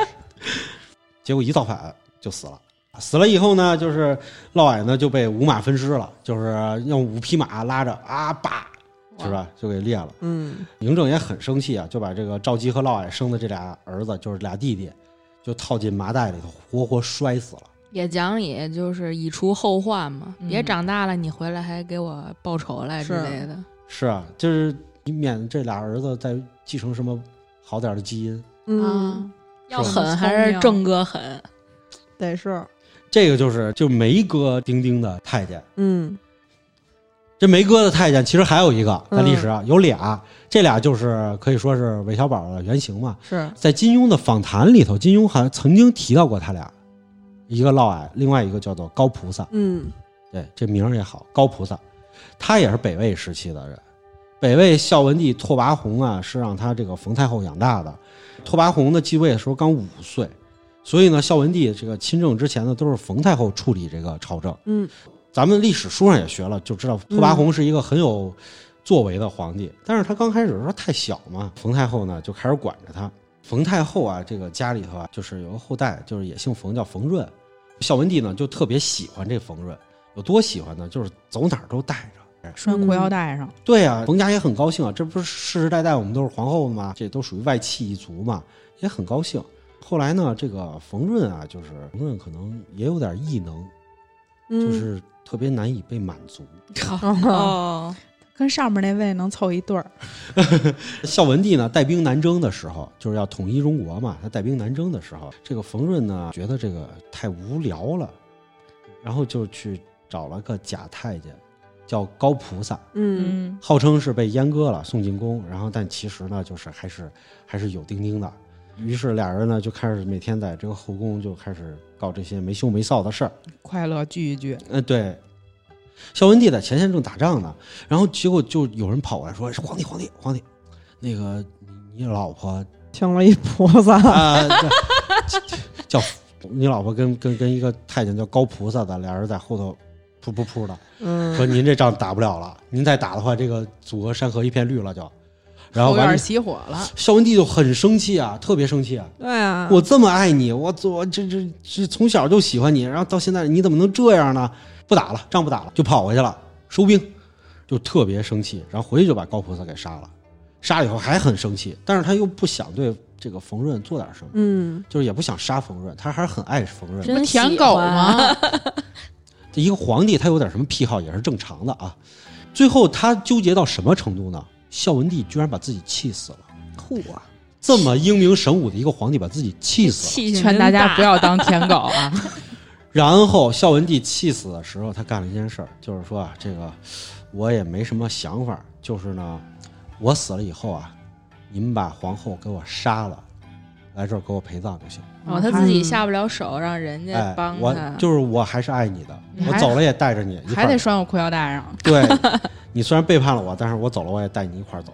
结果一造反就死了。死了以后呢，就是嫪毐呢就被五马分尸了，就是用五匹马拉着啊，叭，哇是吧？就给裂了。嗯嬴政也很生气啊，就把这个赵姬和嫪毐生的这俩儿子，就是俩弟弟，就套进麻袋里头，活活摔死了。也讲理，就是以除后患嘛，嗯别长大了你回来还给我报仇来之是类的。是啊，就是以免这俩儿子再继承什么好点儿的基因。嗯，啊，要是狠还是正哥狠？得是，这个就是就梅哥丁丁的太监，嗯这梅哥的太监其实还有一个，在嗯历史上有俩，这俩就是可以说是韦小宝的原型嘛。是，在金庸的访谈里头，金庸还曾经提到过他俩，一个嫪毐，另外一个叫做高菩萨。嗯对，这名儿也好，高菩萨，他也是北魏时期的人。北魏孝文帝拓跋宏啊，是让他这个冯太后养大的。拓跋宏呢继位的时候刚五岁，所以呢，孝文帝这个亲政之前呢，都是冯太后处理这个朝政。嗯咱们历史书上也学了，就知道拓跋宏是一个很有作为的皇帝，但是他刚开始的时候太小嘛，冯太后呢就开始管着他。冯太后啊，这个家里头啊，就是有个后代，就是也姓冯，叫冯润。孝文帝呢就特别喜欢这冯润，有多喜欢呢？就是走哪儿都带着。拴裤腰带上，对啊，冯家也很高兴啊，这不是世世代代我们都是皇后吗？这都属于外戚一族嘛，也很高兴。后来呢，这个冯润啊，就是冯润可能也有点异能，嗯，就是特别难以被满足。哦，跟上面那位能凑一对儿。孝文帝呢带兵南征的时候，就是要统一中国嘛。他带兵南征的时候，这个冯润呢觉得这个太无聊了，然后就去找了个假太监，叫高菩萨，嗯嗯，号称是被阉割了送进宫，然后但其实呢就是还是还是有丁丁的。于是俩人呢就开始每天在这个后宫就开始搞这些没羞没臊的事儿。快乐聚一聚，嗯，对。孝文帝在前线正打仗呢，然后结果就有人跑过来说：“皇帝，皇帝，皇帝，那个你你老婆请了一菩萨， 啊，叫叫你老婆跟跟跟一个太监叫高菩萨的，俩人在后头噗噗噗的说：“嗯，您这仗打不了了，您再打的话，这个阻隔山河一片绿了就。”然后后完院了，起火了，孝文帝就很生气啊，特别生气啊！对啊，我这么爱你，我我这这这从小就喜欢你，然后到现在你怎么能这样呢？不打了，仗不打了，就跑回去了，收兵，就特别生气，然后回去就把高菩萨给杀了，杀了以后还很生气，但是他又不想对这个冯润做点什么。嗯就是也不想杀冯润，他还是很爱冯润的。真舔喜狗欢？吗？这一个皇帝他有点什么癖好也是正常的啊。最后他纠结到什么程度呢？孝文帝居然把自己气死了，酷啊，这么英明神武的一个皇帝把自己气死了。气性劝大真家大不要当舔狗 啊！然后孝文帝气死的时候，他干了一件事儿，就是说啊，这个我也没什么想法，就是呢，我死了以后啊，你们把皇后给我杀了，来这儿给我陪葬就行。哦，他自己下不了手，让人家哎帮，我他。就是我还是爱你的，你我还走了也带着你一块还儿得拴我裤腰带上，对， 你虽然背叛了我，但是我走了，我也带你一块儿走。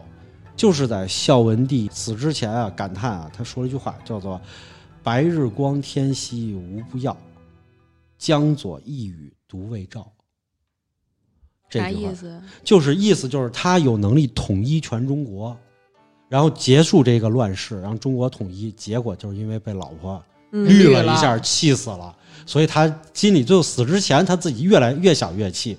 就是在孝文帝死之前啊，感叹啊，他说了一句话，叫做“白日光天兮无不耀，江左一羽独未照”。这啥句话意思？就是意思就是他有能力统一全中国，然后结束这个乱世，让中国统一。结果就是因为被老婆嗯绿了一下，气死了。所以他心里最后死之前，他自己越来越想越气。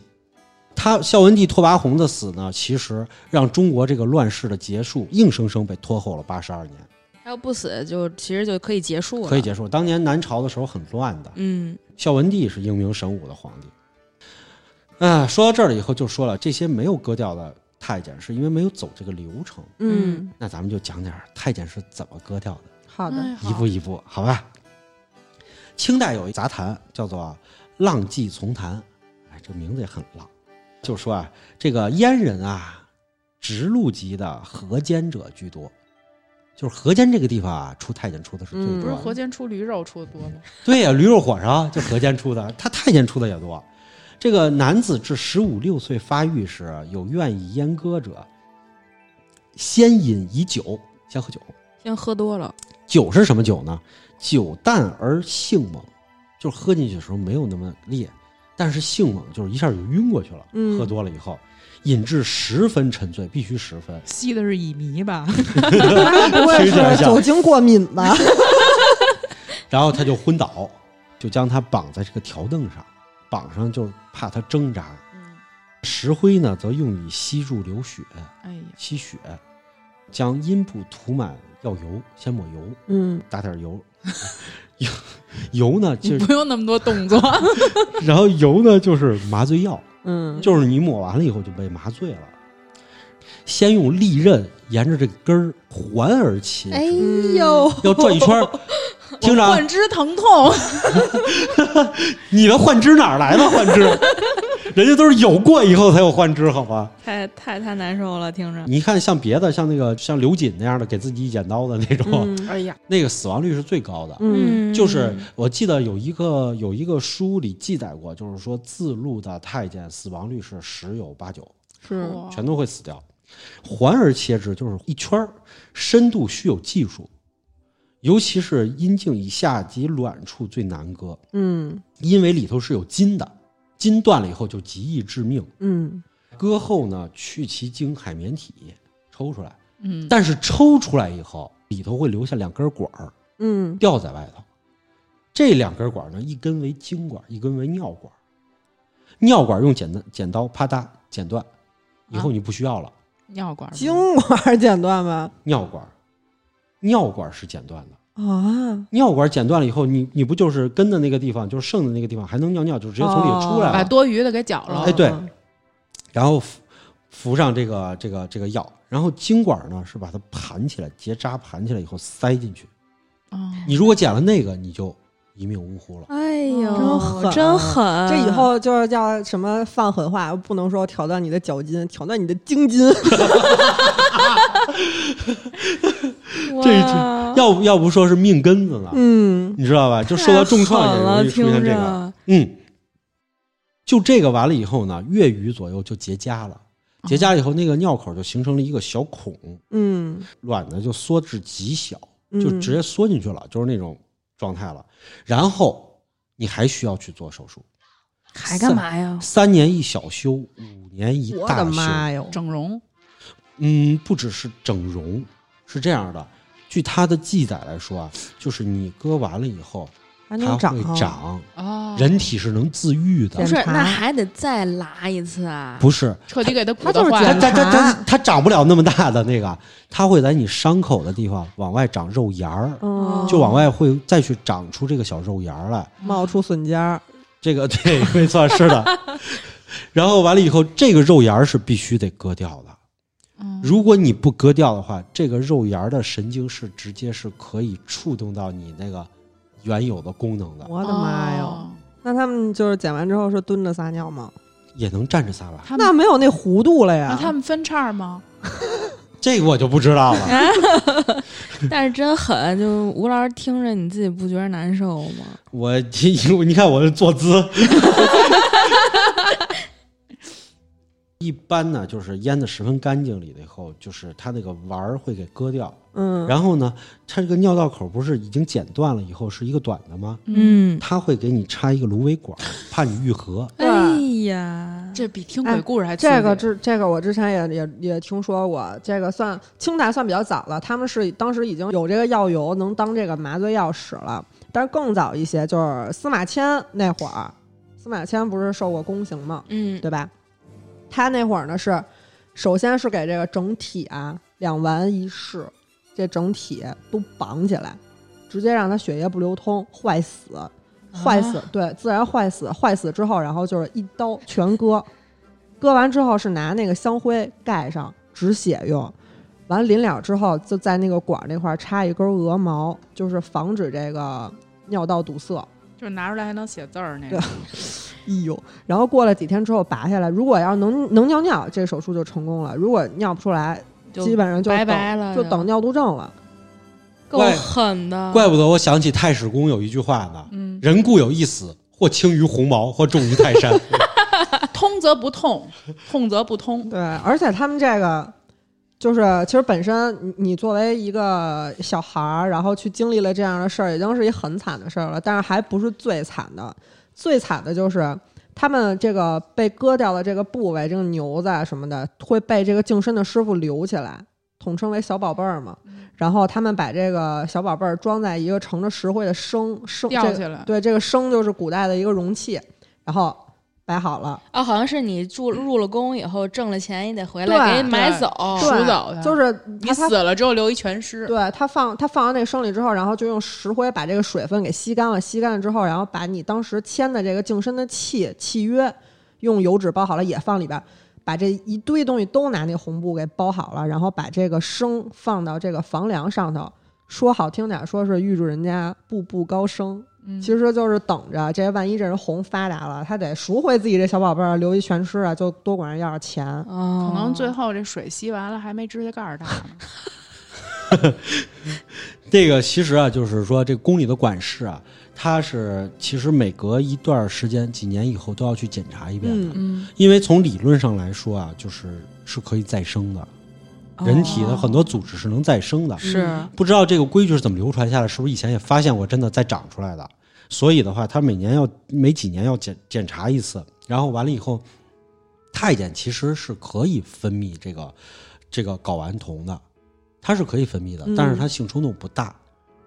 他孝文帝拓跋宏的死呢，其实让中国这个乱世的结束硬生生被拖后了八十二年，他要不死就其实就可以结束了。可以结束。当年南朝的时候很乱的，嗯，孝文帝是英明神武的皇帝。啊，说到这儿了以后，就说了这些没有割掉的太监，是因为没有走这个流程。嗯，那咱们就讲点儿太监是怎么割掉的。好嗯的，一步一步，好吧。清代有一杂谈叫做《浪迹丛谈》，哎，这名字也很浪。就说啊，这个阉人啊，直路级的河间者居多，就是河间这个地方啊，出太监出的是最嗯多不是的。河间出驴肉出的多 吗？对呀、驴肉火烧就河间出的，他太监出的也多。这个男子至十五六岁发育时，啊有愿意阉割者，先饮以酒，先喝酒。先喝多了，酒是什么酒呢？酒淡而性猛，就是喝进去的时候没有那么烈，但是性猛就是一下就晕过去了。嗯喝多了以后，饮至十分沉醉，必须十分。吸的是乙醚吧？不会听起来是像酒精过敏吧？然后他就昏倒，就将他绑在这个条凳上，绑上就怕他挣扎。嗯，石灰呢，则用以吸入流血，哎呀，吸血，将阴部涂满药油，先抹油，嗯打点油，油呢，就你是不用那么多动作。然后油呢就是麻醉药，嗯，就是你抹完了以后就被麻醉了。先用利刃沿着这个根儿环而切，哎呦，要转一圈儿。听着啊，患肢疼痛，你的幻肢哪儿来的幻肢？ 人家都是有过以后才有幻肢，好吧？太太太难受了，听着。你看，像别的，像那个像刘瑾那样的，给自己一剪刀的那种，嗯哎呀，那个死亡率是最高的。嗯就是我记得有一个有一个书里记载过，就是说自路的太监死亡率是十有八九，是哇全都会死掉。环而切之就是一圈儿，深度需有技术，尤其是阴茎以下及卵处最难割，嗯因为里头是有筋的，筋断了以后就极易致命。嗯割后呢，去其经海绵体，抽出来。嗯，但是抽出来以后，里头会留下两根管儿嗯吊在外头。这两根管儿呢，一根为精管，一根为尿管。尿管用剪刀剪刀啪嗒剪断，以后你不需要了。尿管儿精管剪断吧尿管，尿管是剪断的。啊，尿管剪断了以后，你你不就是根的那个地方，就是剩的那个地方还能尿尿，就直接从里哦出来了。把多余的给搅了。哎对然后服服上这个这个这个药，然后精管呢是把它盘起来，结扎盘起来以后塞进去。啊，你如果剪了那个，你就一命呜呼了。哎呦，真狠啊真狠！嗯这以后就是叫什么放狠话，不能说挑断你的脚筋，挑断你的精 筋。这哇要不要不说是命根子呢？嗯你知道吧？就受到重创也容太狠了，易出现听这个。着，嗯，就这个完了以后呢，月余左右就结痂了。结痂了以后，那个尿口就形成了一个小孔，嗯卵呢就缩至极小，嗯就直接缩进去了，就是那种状态了。然后你还需要去做手术，还干嘛呀？三年一小修，五年一哦我的大修。妈哟！整容嗯，不只是整容，是这样的。据他的记载来说啊，就是你割完了以后，还它能长会长，啊，人体是能自愈的检，不是，查那还得再拉一次啊？不是彻底给它它鼓捣就是坏它检了。它它查它它长不了那么大的那个，它会在你伤口的地方往外长肉芽儿，嗯，就往外会再去长出这个小肉芽儿来。冒出笋尖儿。这个 对，没错，是的。然后完了以后，这个肉芽儿是必须得割掉的。嗯如果你不割掉的话，这个肉芽儿的神经是直接是可以触动到你那个原有的功能的，我的妈哟！哦那他们就是剪完之后是蹲着撒尿吗？也能站着撒把。他们那没有那弧度了那呀。他们分叉吗？这个我就不知道了。但是真狠，就吴老师听着，你自己不觉得难受吗？我你看我的坐姿， 一般呢就是腌的十分干净里了以后，就是它那个丸儿会给割掉。嗯，然后呢，它这个尿道口不是已经剪断了以后是一个短的吗？嗯，它会给你插一个芦苇管，怕你愈合。哎对呀，这比听鬼故事还刺激这个之这个我之前也也也听说过，这个算清代算比较早了，他们是当时已经有这个药油能当这个麻醉药使了，但是更早一些就是司马迁那会儿，司马迁不是受过宫刑吗？嗯，对吧？他那会儿呢是，首先是给这个整体啊两丸一室，这整体都绑起来，直接让它血液不流通，坏死，坏死，对，自然坏死，坏死之后，然后就是一刀全割，割完之后是拿那个香灰盖上止血用。完临了之后，就在那个管儿那块儿插一根鹅毛，就是防止这个尿道堵塞。就是拿出来还能写字儿那个对。哎呦，然后过了几天之后拔下来，如果要能能尿尿，这手术就成功了；如果尿不出来，就基本上就拜等拜了，就等尿毒症了。够怪狠的，怪不得我想起太史公有一句话呢：“嗯，人固有一死，或轻于鸿毛，或重于泰 山。通则不痛，痛则不通。对，而且他们这个就是，其实本身你你作为一个小孩儿，然后去经历了这样的事儿，已经是一很惨的事儿了。但是还不是最惨的，最惨的就是他们这个被割掉的这个部位，这个牛子啊什么的，会被这个净身的师傅留起来，统称为小宝贝儿嘛。嗯然后他们把这个小宝贝儿装在一个盛着石灰的生生这吊个起来，对，这个升就是古代的一个容器，然后摆好了，哦，好像是你住入了宫以后挣了钱也得回来对给你买走，对哦赎走它就是啊你他他死了之后留一全尸，对他放他放到那个生里之后，然后就用石灰把这个水分给吸干了，吸干了之后，然后把你当时签的这个净身的契契约，用油纸包好了也放里边，把这一堆东西都拿那红布给包好了，然后把这个生放到这个房梁上头。说好听点儿，说是预祝人家步步高升，嗯其实就是等着这万一这人红发达了，他得赎回自己这小宝贝儿，留一全尸啊，就多管人要点钱。哦可能最后这水吸完了还没指甲盖儿大 呢。这个其实啊，就是说这个宫里的管事啊，他是其实每隔一段时间、几年以后都要去检查一遍的，嗯，嗯，因为从理论上来说啊，就是是可以再生的，哦人体的很多组织是能再生的。嗯不知道这个规矩是怎么流传下来，是不是以前也发现过真的再长出来的？所以的话，他每年要每几年要检检查一次，然后完了以后，太监其实是可以分泌这个这个睾丸酮的，它是可以分泌的嗯，但是它性冲动不大，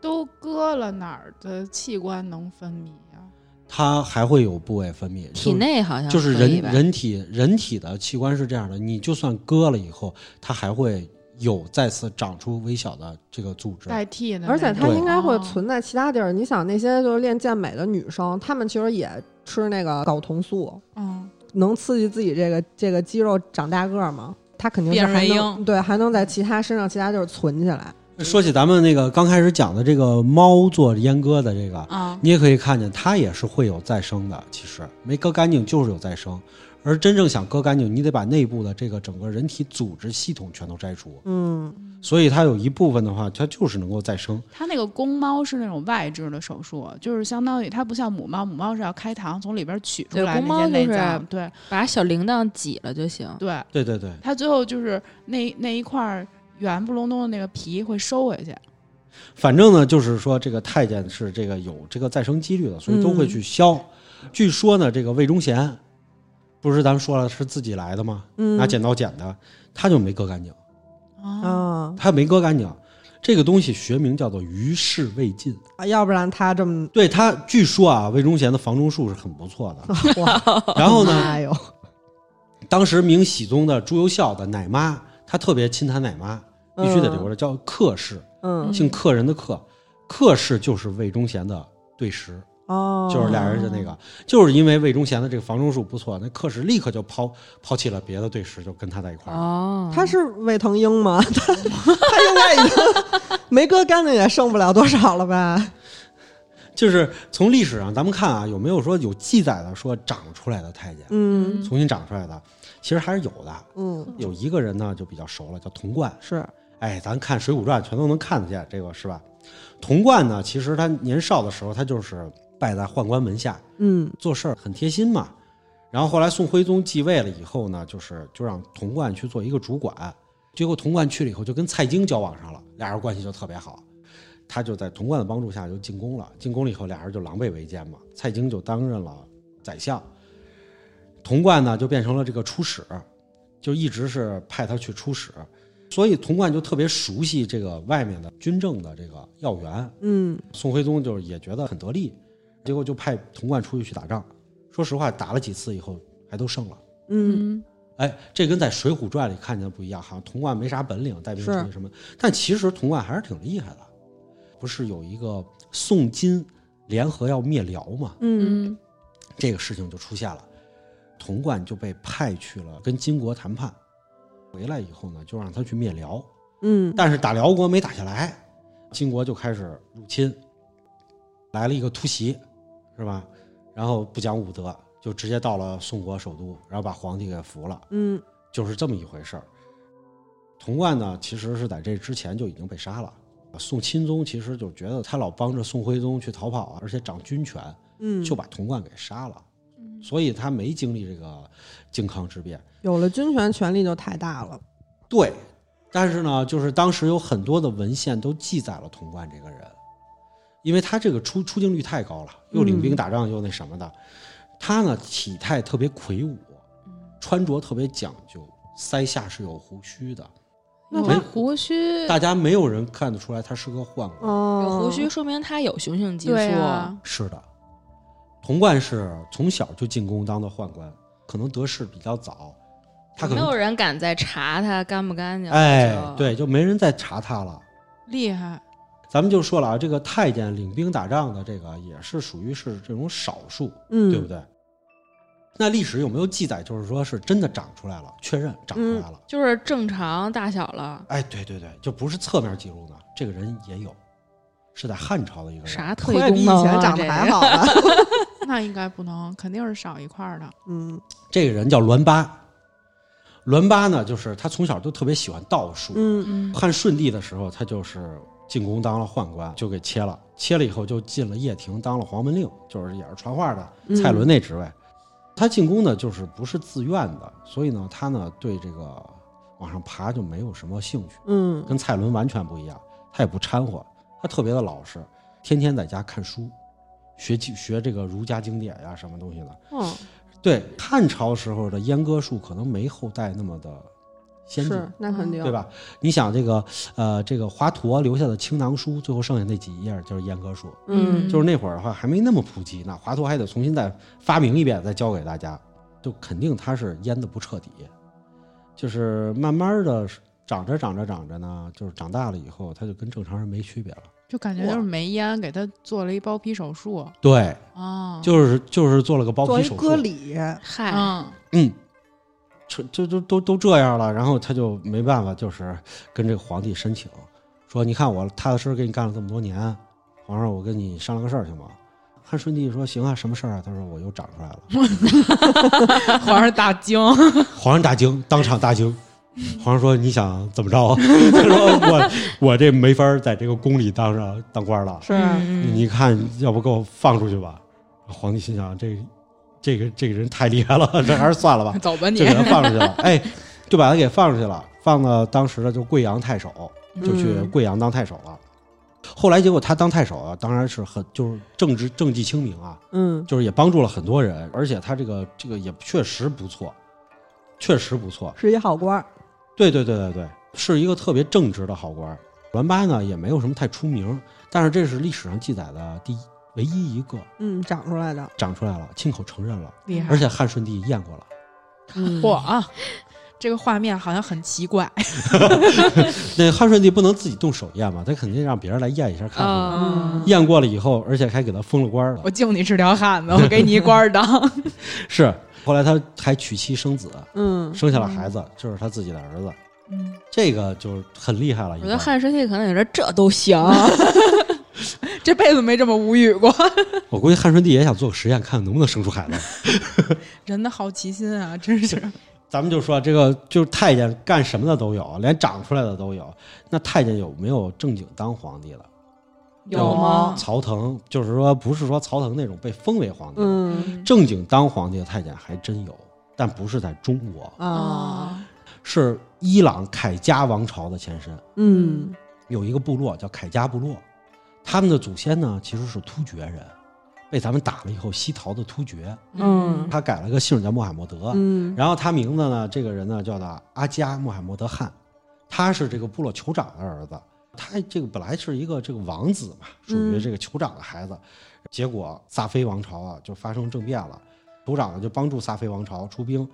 都割了哪儿的器官能分泌呀？它还会有部位分泌。体内好像就是就是可以人吧人体人体的器官是这样的，你就算割了以后，它还会有再次长出微小的这个组织。代替的那种，而且它对应该会哦存在其他地儿。你想那些就是练健美的女生，她们其实也吃那个睾酮素，嗯，能刺激自己这个这个肌肉长大个儿吗？它肯定是变还瑞能英对，还能在其他身上其他地儿存起来。说起咱们那个刚开始讲的这个猫做阉割的这个，啊，你也可以看见它也是会有再生的。其实没割干净就是有再生，而真正想割干净，你得把内部的这个整个人体组织系统全都摘除。嗯，所以它有一部分的话，它就是能够再生。它那个公猫是那种外置的手术，就是相当于它不像母猫，母猫是要开膛从里边取出对来公那猫些就内是脏，对把小铃铛挤了就行。对，对对对，它最后就是那那一块儿圆不隆咚的那个皮会收回去，反正呢，就是说这个太监是这个有这个再生几率的，所以都会去削。据说呢，这个魏忠贤，不是咱们说了是自己来的吗？嗯拿剪刀剪的，他就没割干净，啊，啊，他没割干净。这个东西学名叫做余事未尽。要不然他这么 对他，据说啊，魏忠贤的防中术是很不错的。哇， 然后呢，哎呦，当时明熹宗的朱由校的奶妈，她特别亲她奶妈，必须得留着，叫客氏，嗯姓客人的客，客氏就是魏忠贤的对食，哦，就是俩人就那个，就是因为魏忠贤的这个防中术不错，那客氏立刻就抛抛弃了别的对食，就跟他在一块儿了。哦，他是魏腾英吗？ 他他应该已经没割干净，也剩不了多少了吧？就是从历史上咱们看啊，有没有说有记载的说长出来的太监，嗯重新长出来的，其实还是有的。嗯，有一个人呢就比较熟了，叫童贯。是哎，咱看《水浒传》全都能看得见，这个是吧？童贯呢，其实他年少的时候，他就是拜在宦官门下，嗯做事儿很贴心嘛。然后后来宋徽宗继位了以后呢，就是就让童贯去做一个主管。结果童贯去了以后，就跟蔡京交往上了，俩人关系就特别好。他就在童贯的帮助下就进宫了，进宫了以后，俩人就狼狈为奸嘛。蔡京就担任了宰相，童贯呢就变成了这个出使，就一直是派他去出使。所以童贯就特别熟悉这个外面的军政的这个要员，嗯宋徽宗就是也觉得很得力，结果就派童贯出去去打仗。说实话，打了几次以后还都胜了。嗯嗯，哎，这跟在《水浒传》里看见的不一样，好像童贯没啥本领，带兵出去什么，但其实童贯还是挺厉害的。不是有一个宋金联合要灭辽吗？嗯嗯，这个事情就出现了，童贯就被派去了跟金国谈判，回来以后呢，就让他去灭辽。嗯但是打辽国没打下来，金国就开始入侵，来了一个突袭，是吧？然后不讲武德，就直接到了宋国首都，然后把皇帝给俘了，嗯就是这么一回事儿。童贯呢，其实是在这之前就已经被杀了。宋钦宗其实就觉得他老帮着宋徽宗去逃跑啊，而且掌军权，嗯，就把童贯给杀了，所以他没经历这个靖康之变。有了军权，权力就太大了。对，但是呢，就是当时有很多的文献都记载了童贯这个人，因为他这个出出镜率太高了，又领嗯兵打仗又那什么的，他呢体态特别魁梧，嗯穿着特别讲究，腮下是有胡须的，那他有胡须，大家没有人看得出来他是个宦官。哦啊有胡须说明他有雄性激素。对啊，是的，童贯是从小就进宫当的宦官，可能得势比较早，他可没有能人敢再查他干不干净。哎就，，对，就没人再查他了。厉害，咱们就说了啊，这个太监领兵打仗的这个也是属于是这种少数，嗯，对不对？那历史有没有记载，就是说是真的长出来了，确认长出来了？就是正常大小了。哎，对对对，就不是侧面记录的，这个人也有，是在汉朝的一个人，啥特异快比功以能前啊？长得这还个好了。那应该不能，肯定是少一块儿的。嗯这个人叫栾巴。栾巴呢，就是他从小就特别喜欢道术。嗯嗯，汉顺帝的时候，他就是进宫当了宦官，就给切了。切了以后，就进了掖庭，当了皇门令，就是也是传话的嗯蔡伦那职位。他进宫呢，就是不是自愿的，所以呢，他呢对这个往上爬就没有什么兴趣，嗯跟蔡伦完全不一样。他也不掺和，他特别的老实，天天在家看书，学经学这个儒家经典呀、什么东西的。嗯，对汉朝时候的阉割术可能没后代那么的先进，是那肯定对？吧？你想这个呃，这个华佗留下的青囊书，最后剩下那几页就是阉割术，嗯就是那会儿的话还没那么普及呢，华佗还得重新再发明一遍，再教给大家，就肯定他是阉的不彻底，就是慢慢的长着长着长着呢，就是长大了以后，他就跟正常人没区别了。就感觉就是梅烟给他做了一包皮手术对，啊，就是就是做了个包作皮为手术，割礼，嗨，嗯， 嗯，这这都都都这样了，然后他就没办法，就是跟这个皇帝申请，说你看我踏踏实实给你干了这么多年，皇上我跟你商量个事儿行吗？汉顺帝说行啊，什么事儿啊？他说我又长出来了。皇上大惊，皇上大惊，当场大惊。皇上说你想怎么着啊？ 他说我我这没法儿在这个宫里当上当官了，是嗯你看要不给我放出去吧？皇帝心想这这个这个人太厉害了，这还是算了吧。 走吧你就，给他放出去了，哎，就把他给放出去了，放到当时的就贵阳太守，就去嗯贵阳当太守了。后来结果他当太守啊，当然是很就是政治政绩清明啊，嗯就是也帮助了很多人，而且他这个这个也确实不错，确实不错。是一好官儿。对对对对对，是一个特别正直的好官儿。栾巴呢也没有什么太出名，但是这是历史上记载的第一唯一一个嗯，长出来的。长出来了，亲口承认了，厉害而，且汉顺帝验过了。嗯嚯啊！ 这个画面好像很奇怪，那汉顺帝不能自己动手验嘛，他肯定让别人来验一下看看嘛。嗯验过了以后，而且还给他封了官儿了。我敬你是条汉嗯子，我给你一官儿当。是，后来他还娶妻生子，嗯生下了孩子，就是他自己的儿子。嗯，这个就很厉害了。 我已觉经得汉顺帝可能也是这都行， 这辈子没这么无语过。我估计汉顺帝也想做个实验，看看能不能生出孩子。人的好奇心啊，真是。咱们就说这个，就是太监干什么的都有，连长出来的都有。那太监有没有正经当皇帝的？有吗？曹腾就是说，不是说曹腾那种被封为皇帝的，嗯正经当皇帝的太监还真有，但不是在中国，哦啊，是伊朗凯加王朝的前身。嗯有一个部落叫凯加部落，他们的祖先呢其实是突厥人，被咱们打了以后西逃的突厥，嗯他改了个姓叫穆罕默德，嗯然后他名字呢，这个人呢叫做阿加穆罕默德汗，他是这个部落酋长的儿子，他这个本来是一个这个王子嘛，属于这个酋长的孩子，结果萨菲王朝啊就发生政变了，酋长呢就帮助萨菲王朝出兵。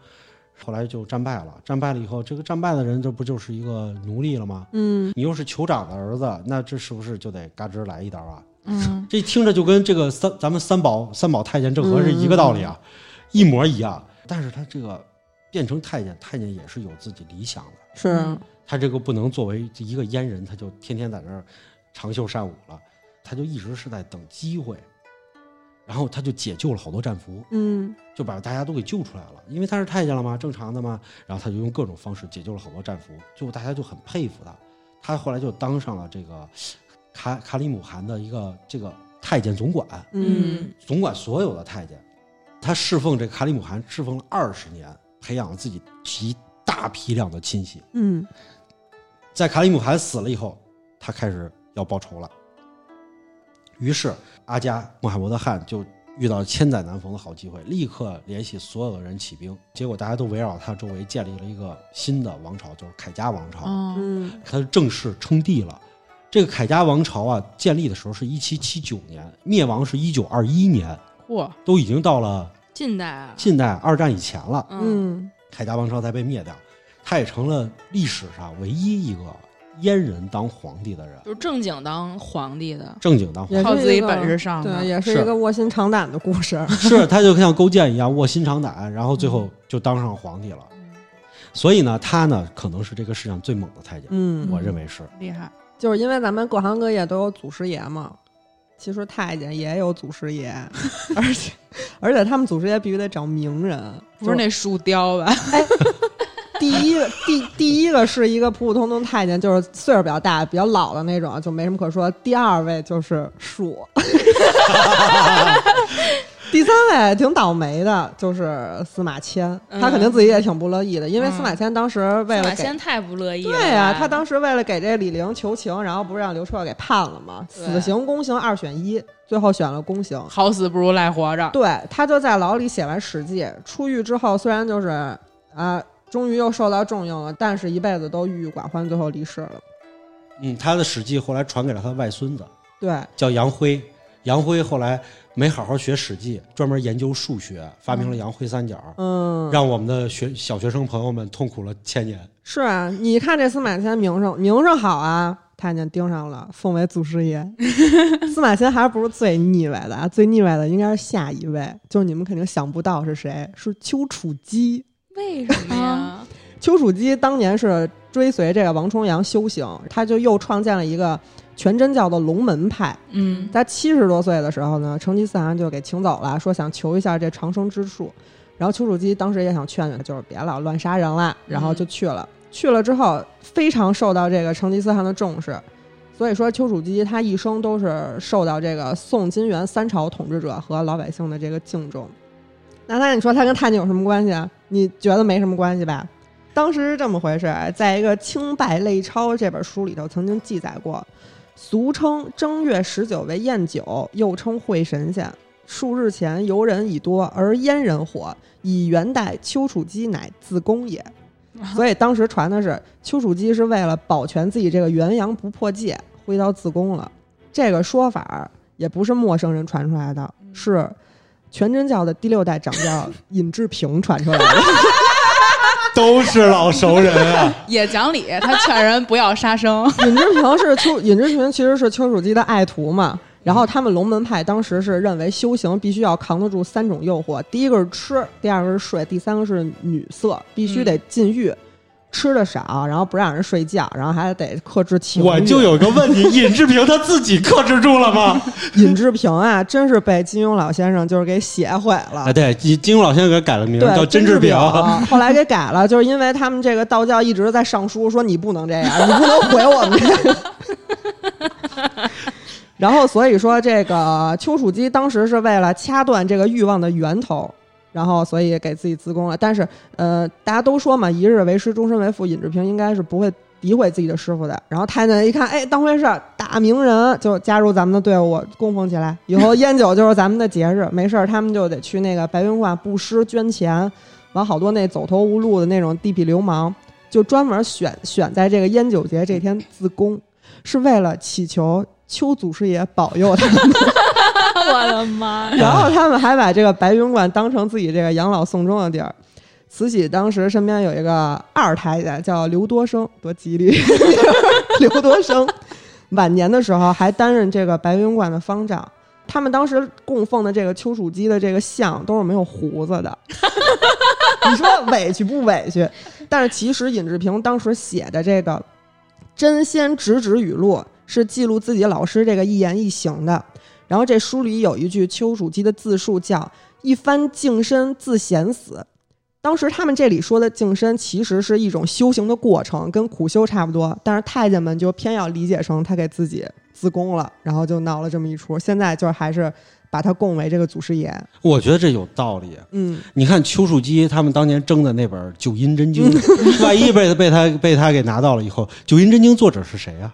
后来就战败了，战败了以后，这个战败的人，这不就是一个奴隶了吗？嗯你又是酋长的儿子，那这是不是就得嘎吱来一刀啊？嗯，这听着就跟这个三咱们三宝三宝太监郑和是一个道理啊，一模一样。但是他这个变成太监，太监也是有自己理想的，是他这个不能作为一个阉人，他就天天在那儿长袖善舞了，他就一直是在等机会。然后他就解救了好多战俘，嗯就把大家都给救出来了，因为他是太监了嘛，正常的嘛。然后他就用各种方式解救了好多战俘，最后大家就很佩服他。他后来就当上了这个卡卡里姆汗的一个这个太监总管，嗯总管所有的太监。他侍奉这个卡里姆汗侍奉了二十年，培养了自己一大批量的亲戚。嗯在卡里姆汗死了以后，他开始要报仇了。于是阿加穆罕默德汗就遇到千载难逢的好机会，立刻联系所有的人起兵。结果大家都围绕他周围建立了一个新的王朝，就是凯加王朝。嗯嗯他正式称帝了。这个凯加王朝啊，建立的时候是1779年，灭亡是1921年。嚯，都已经到了近代啊，近代二战以前了，嗯，嗯，凯达王朝才被灭掉，他也成了历史上唯一一个阉人当皇帝的人，就是正经当皇帝的，正经 当皇帝。也靠是自一己个本事上的对，也是是一个卧薪尝胆的故事。是，他就像勾践一样卧薪尝胆，然后最后就当上皇帝了。所以呢，他呢可能是这个世上最猛的太监，嗯，我认为是。厉害，就是因为咱们各行各业都有祖师爷嘛，其实太监也有祖师 爷，而且而且他们祖师爷必须得找名人，不是那树雕 吧？第一个第第一个是一个普普通通太监，就是岁数比较大、比较老的那种，就没什么可说。第二位就是树， 第三位挺倒霉的，就是司马迁，他肯定自己也挺不乐意的，因为司马迁当时为嗯了司马给。迁太不乐意了吧。对呀、他当时为了给这李陵求情，然后不是让刘彻给判了吗？对死刑、宫刑二选一，最后选了宫刑。好死不如赖活着，对他就在牢里写完《史记》，出狱之后虽然就是啊、终于又受到重用了，但是一辈子都郁郁寡欢，最后离世了。嗯，他的《史记》后来传给了他的外孙子，对，叫杨辉。杨辉后来没好好学《史记》，专门研究数学，发明了杨辉三角，嗯，让我们的学小学生朋友们痛苦了千年。是啊，你看这司马迁名声名声好啊，太监盯上了，奉为祖师 爷。司马迁还不是最腻歪的啊，最腻歪的应该是下一位，就是你们肯定想不到是谁，是丘处机。为什么呀？丘处机当年是追随这个王重阳修行，他就又创建了一个全真教的龙门派。嗯，在七十多岁的时候呢，成吉思汗就给请走了，说想求一下这长生之术。然后丘处机当时也想劝劝，就是别老乱杀人了，然后就去了。去了之后，非常受到这个成吉思汗的重视。所以说，丘处机他一生都是受到这个宋金元三朝统治者和老百姓的这个敬重。那他，你说他跟太监有什么关系啊？你觉得没什么关系吧？当时是这么回事，在一个《清拜类钞》这本书里头曾经记载过，俗称正月十九为宴酒，又称会神仙。数日前游人已多，而燕人火，以元代丘处机乃自宫也。所以当时传的是丘处机是为了保全自己这个元阳不破戒，挥刀自宫了。这个说法儿也不是陌生人传出来的，是全真教的第六代掌教尹志平传出来的。都是老熟人啊！也讲理，他劝人不要 杀生，尹志平是丘，尹志平其实是丘处机的爱徒嘛。然后他们龙门派当时是认为修行必须要扛得住三种诱惑，第一个是吃，第二个是睡，第三个是女色，必须得禁欲，吃的少，然后不让人睡觉，然后还得克制情欲。我就有个问题，尹志平他自己克制住了吗？尹志平啊，真是被金庸老先生就是给写毁了 啊，。对，金金庸老先生给改了名，对，叫真志饼， 后来给改了，就是因为他们这个道教一直在上书说你不能这样，你不能毁我们这个。 然后所以说，这个丘处机当时是为了掐断这个欲望的源头。然后，所以给自己自宫了。但是，呃，大家都说嘛，一日为师，终身为父。尹志平应该是不会诋毁自己的师傅的。然后太监一看，哎，当回事儿，大名人就加入咱们的队伍，供奉起来。以后烟酒就是咱们的节日，没事儿他们就得去那个白云观布施捐钱，完好多那走投无路的那种地痞流氓，就专门选选在这个烟酒节这天自宫，是为了祈求丘祖师爷保佑他们。我的妈！ 然后他们还把这个白云观当成自己这个养老送终的地儿。慈禧当时身边有一个二太太叫刘多生，多吉利， 刘多生。晚年的时候还担任这个白云观的方丈。他们当时供奉的这个丘处机的这个像都是没有胡子的，你说委屈不委屈？但是其实尹志平当时写的这个《真仙直指语录》是记录自己老师这个一言一行的。然后这书里有一句丘处机的自述叫“一番净身自显死”。当时他们这里说的净身，其实是一种修行的过程，跟苦修差不多。但是太监们就偏要理解成他给自己自宫了，然后就闹了这么一出。现在就是还是把他供为这个祖师爷。我觉得这有道理。嗯，你看丘处机他们当年争的那本《九阴真经》， 万一被他被他被他给拿到了以后，《九阴真经》作者是谁呀、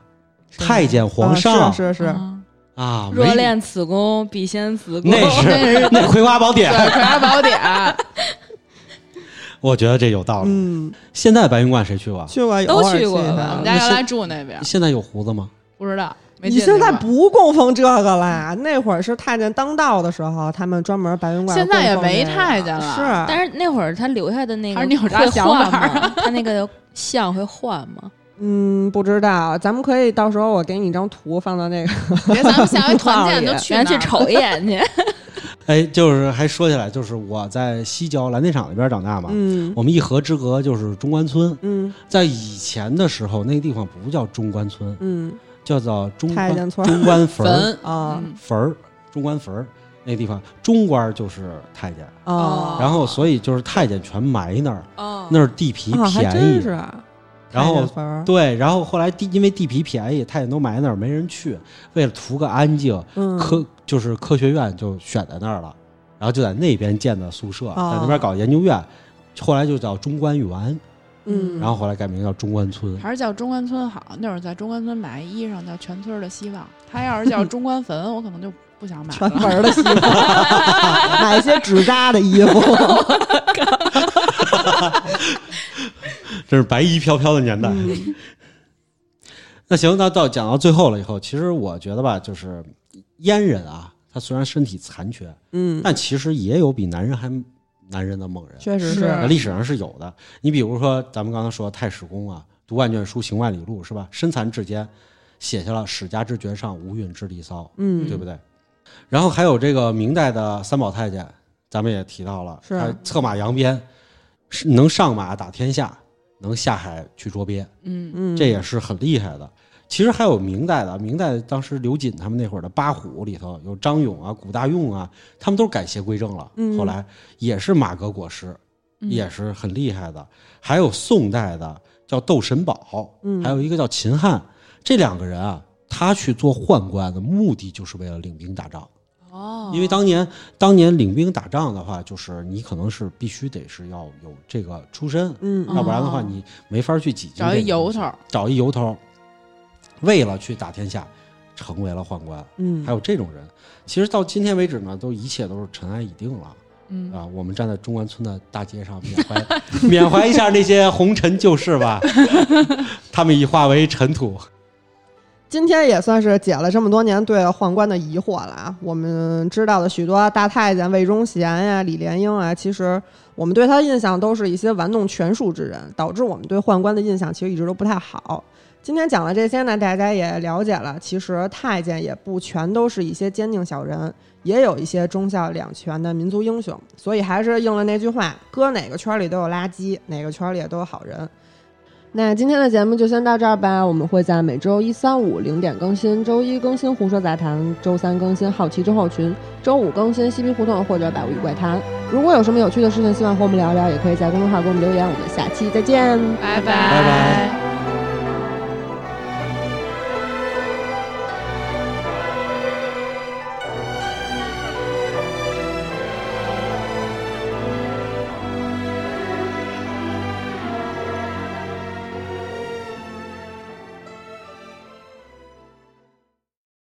太监皇上啊是是是，嗯啊，没若恋此宫，必先辞宫。那 是那《葵花宝典对，》，葵花 宝典，我觉得这有道理。嗯，现在白云观谁去过？啊去过都偶尔去过一吧趟我们家原来住那边，现在有胡子吗？不知道，没你见现见在过不供奉这个啦，那会儿是太监当道的时候，他们专门白云观现供奉在这也个。没太监了是， 啊但是那会儿他留下的那还个是你有啥会想换法儿吗？ 他那个像会换吗？ 嗯，不知道，咱们可以到时候我给你一张图放到那个，别，咱们下回团建都 去咱那去儿瞅一 眼去。哎，就是还说起来，就是我在西郊蓝电厂那边长大嘛，嗯我们一河之隔就是中关村。嗯在以前的时候，那个地方不叫中关村，嗯叫做中太关监村儿中关坟儿坟啊嗯坟儿中关坟儿那个地方，中官儿就是太监，啊，然后所以就是太监全埋那儿，哦那儿地皮啊还便真宜是，啊。然太后监坟儿对，然后后来地因为地皮便宜，太监都埋那儿没人去，为了图个安静，嗯科就是科学院就选在那儿了，然后就在那边建的宿舍，哦在那边搞研究院，后来就叫中关园，嗯，然后后来改名叫中关村。还是叫中关村好。那会儿在中关村买衣裳叫全村儿的希望，他要是叫中关坟，我可能就不想买全了。门儿的西服， 买一些纸扎的衣服， 这是白衣飘飘的年代。嗯 那行，那到讲到最后了以后，其实我觉得吧，就是阉人啊，他虽然身体残缺， 嗯，但其实也有比男人还男人的猛人，确实是那历史上是有的。你比如说，咱们刚才说太史公啊，读万卷书，行万里路，是吧？身残志坚，写下了“史家之绝上，无韵之离骚”，嗯对不对？然后还有这个明代的三宝太监，咱们也提到了，是啊他策马扬鞭，是能上马打天下，能下海去捉鳖，嗯，嗯，这也是很厉害的。其实还有明代的，明代当时刘瑾他们那会儿的八虎里头有张勇啊、古大用啊，他们都是改邪归正了。嗯后来也是马革裹尸，嗯也是很厉害的。还有宋代的叫窦神宝，嗯还有一个叫秦汉，这两个人啊，他去做宦官的目的就是为了领兵打仗。哦因为当年当年领兵打仗的话，就是你可能是必须得是要有这个出身，嗯要不然的话哦你没法去挤进找这一个由东西头儿，找一由头，为了去打天下，成为了宦官。嗯，还有这种人，其实到今天为止呢，都一切都是尘埃已定了。嗯，啊，我们站在中关村的大街上，缅怀 缅怀一下那些红尘旧事吧，他们已化为尘土。今天也算是解了这么多年对宦官的疑惑了啊。我们知道的许多大太监魏忠贤呀、李莲英啊，其实我们对他的印象都是一些玩弄权术之人，导致我们对宦官的印象其实一直都不太好。今天讲了这些呢，大家也了解了，其实太监也不全都是一些奸佞小人，也有一些忠孝两全的民族英雄。所以还是应了那句话：搁哪个圈里都有垃圾，哪个圈里也都有好人。那今天的节目就先到这儿吧，我们会在每周一、三、五零点更新，周一更新《胡说杂谈》，周三更新《好奇症候群》，周五更新《嬉皮胡同》或者《百物语怪谈》。如果有什么有趣的事情，希望和我们聊聊，也可以在公众号给我们留言。我们下期再见，拜拜拜拜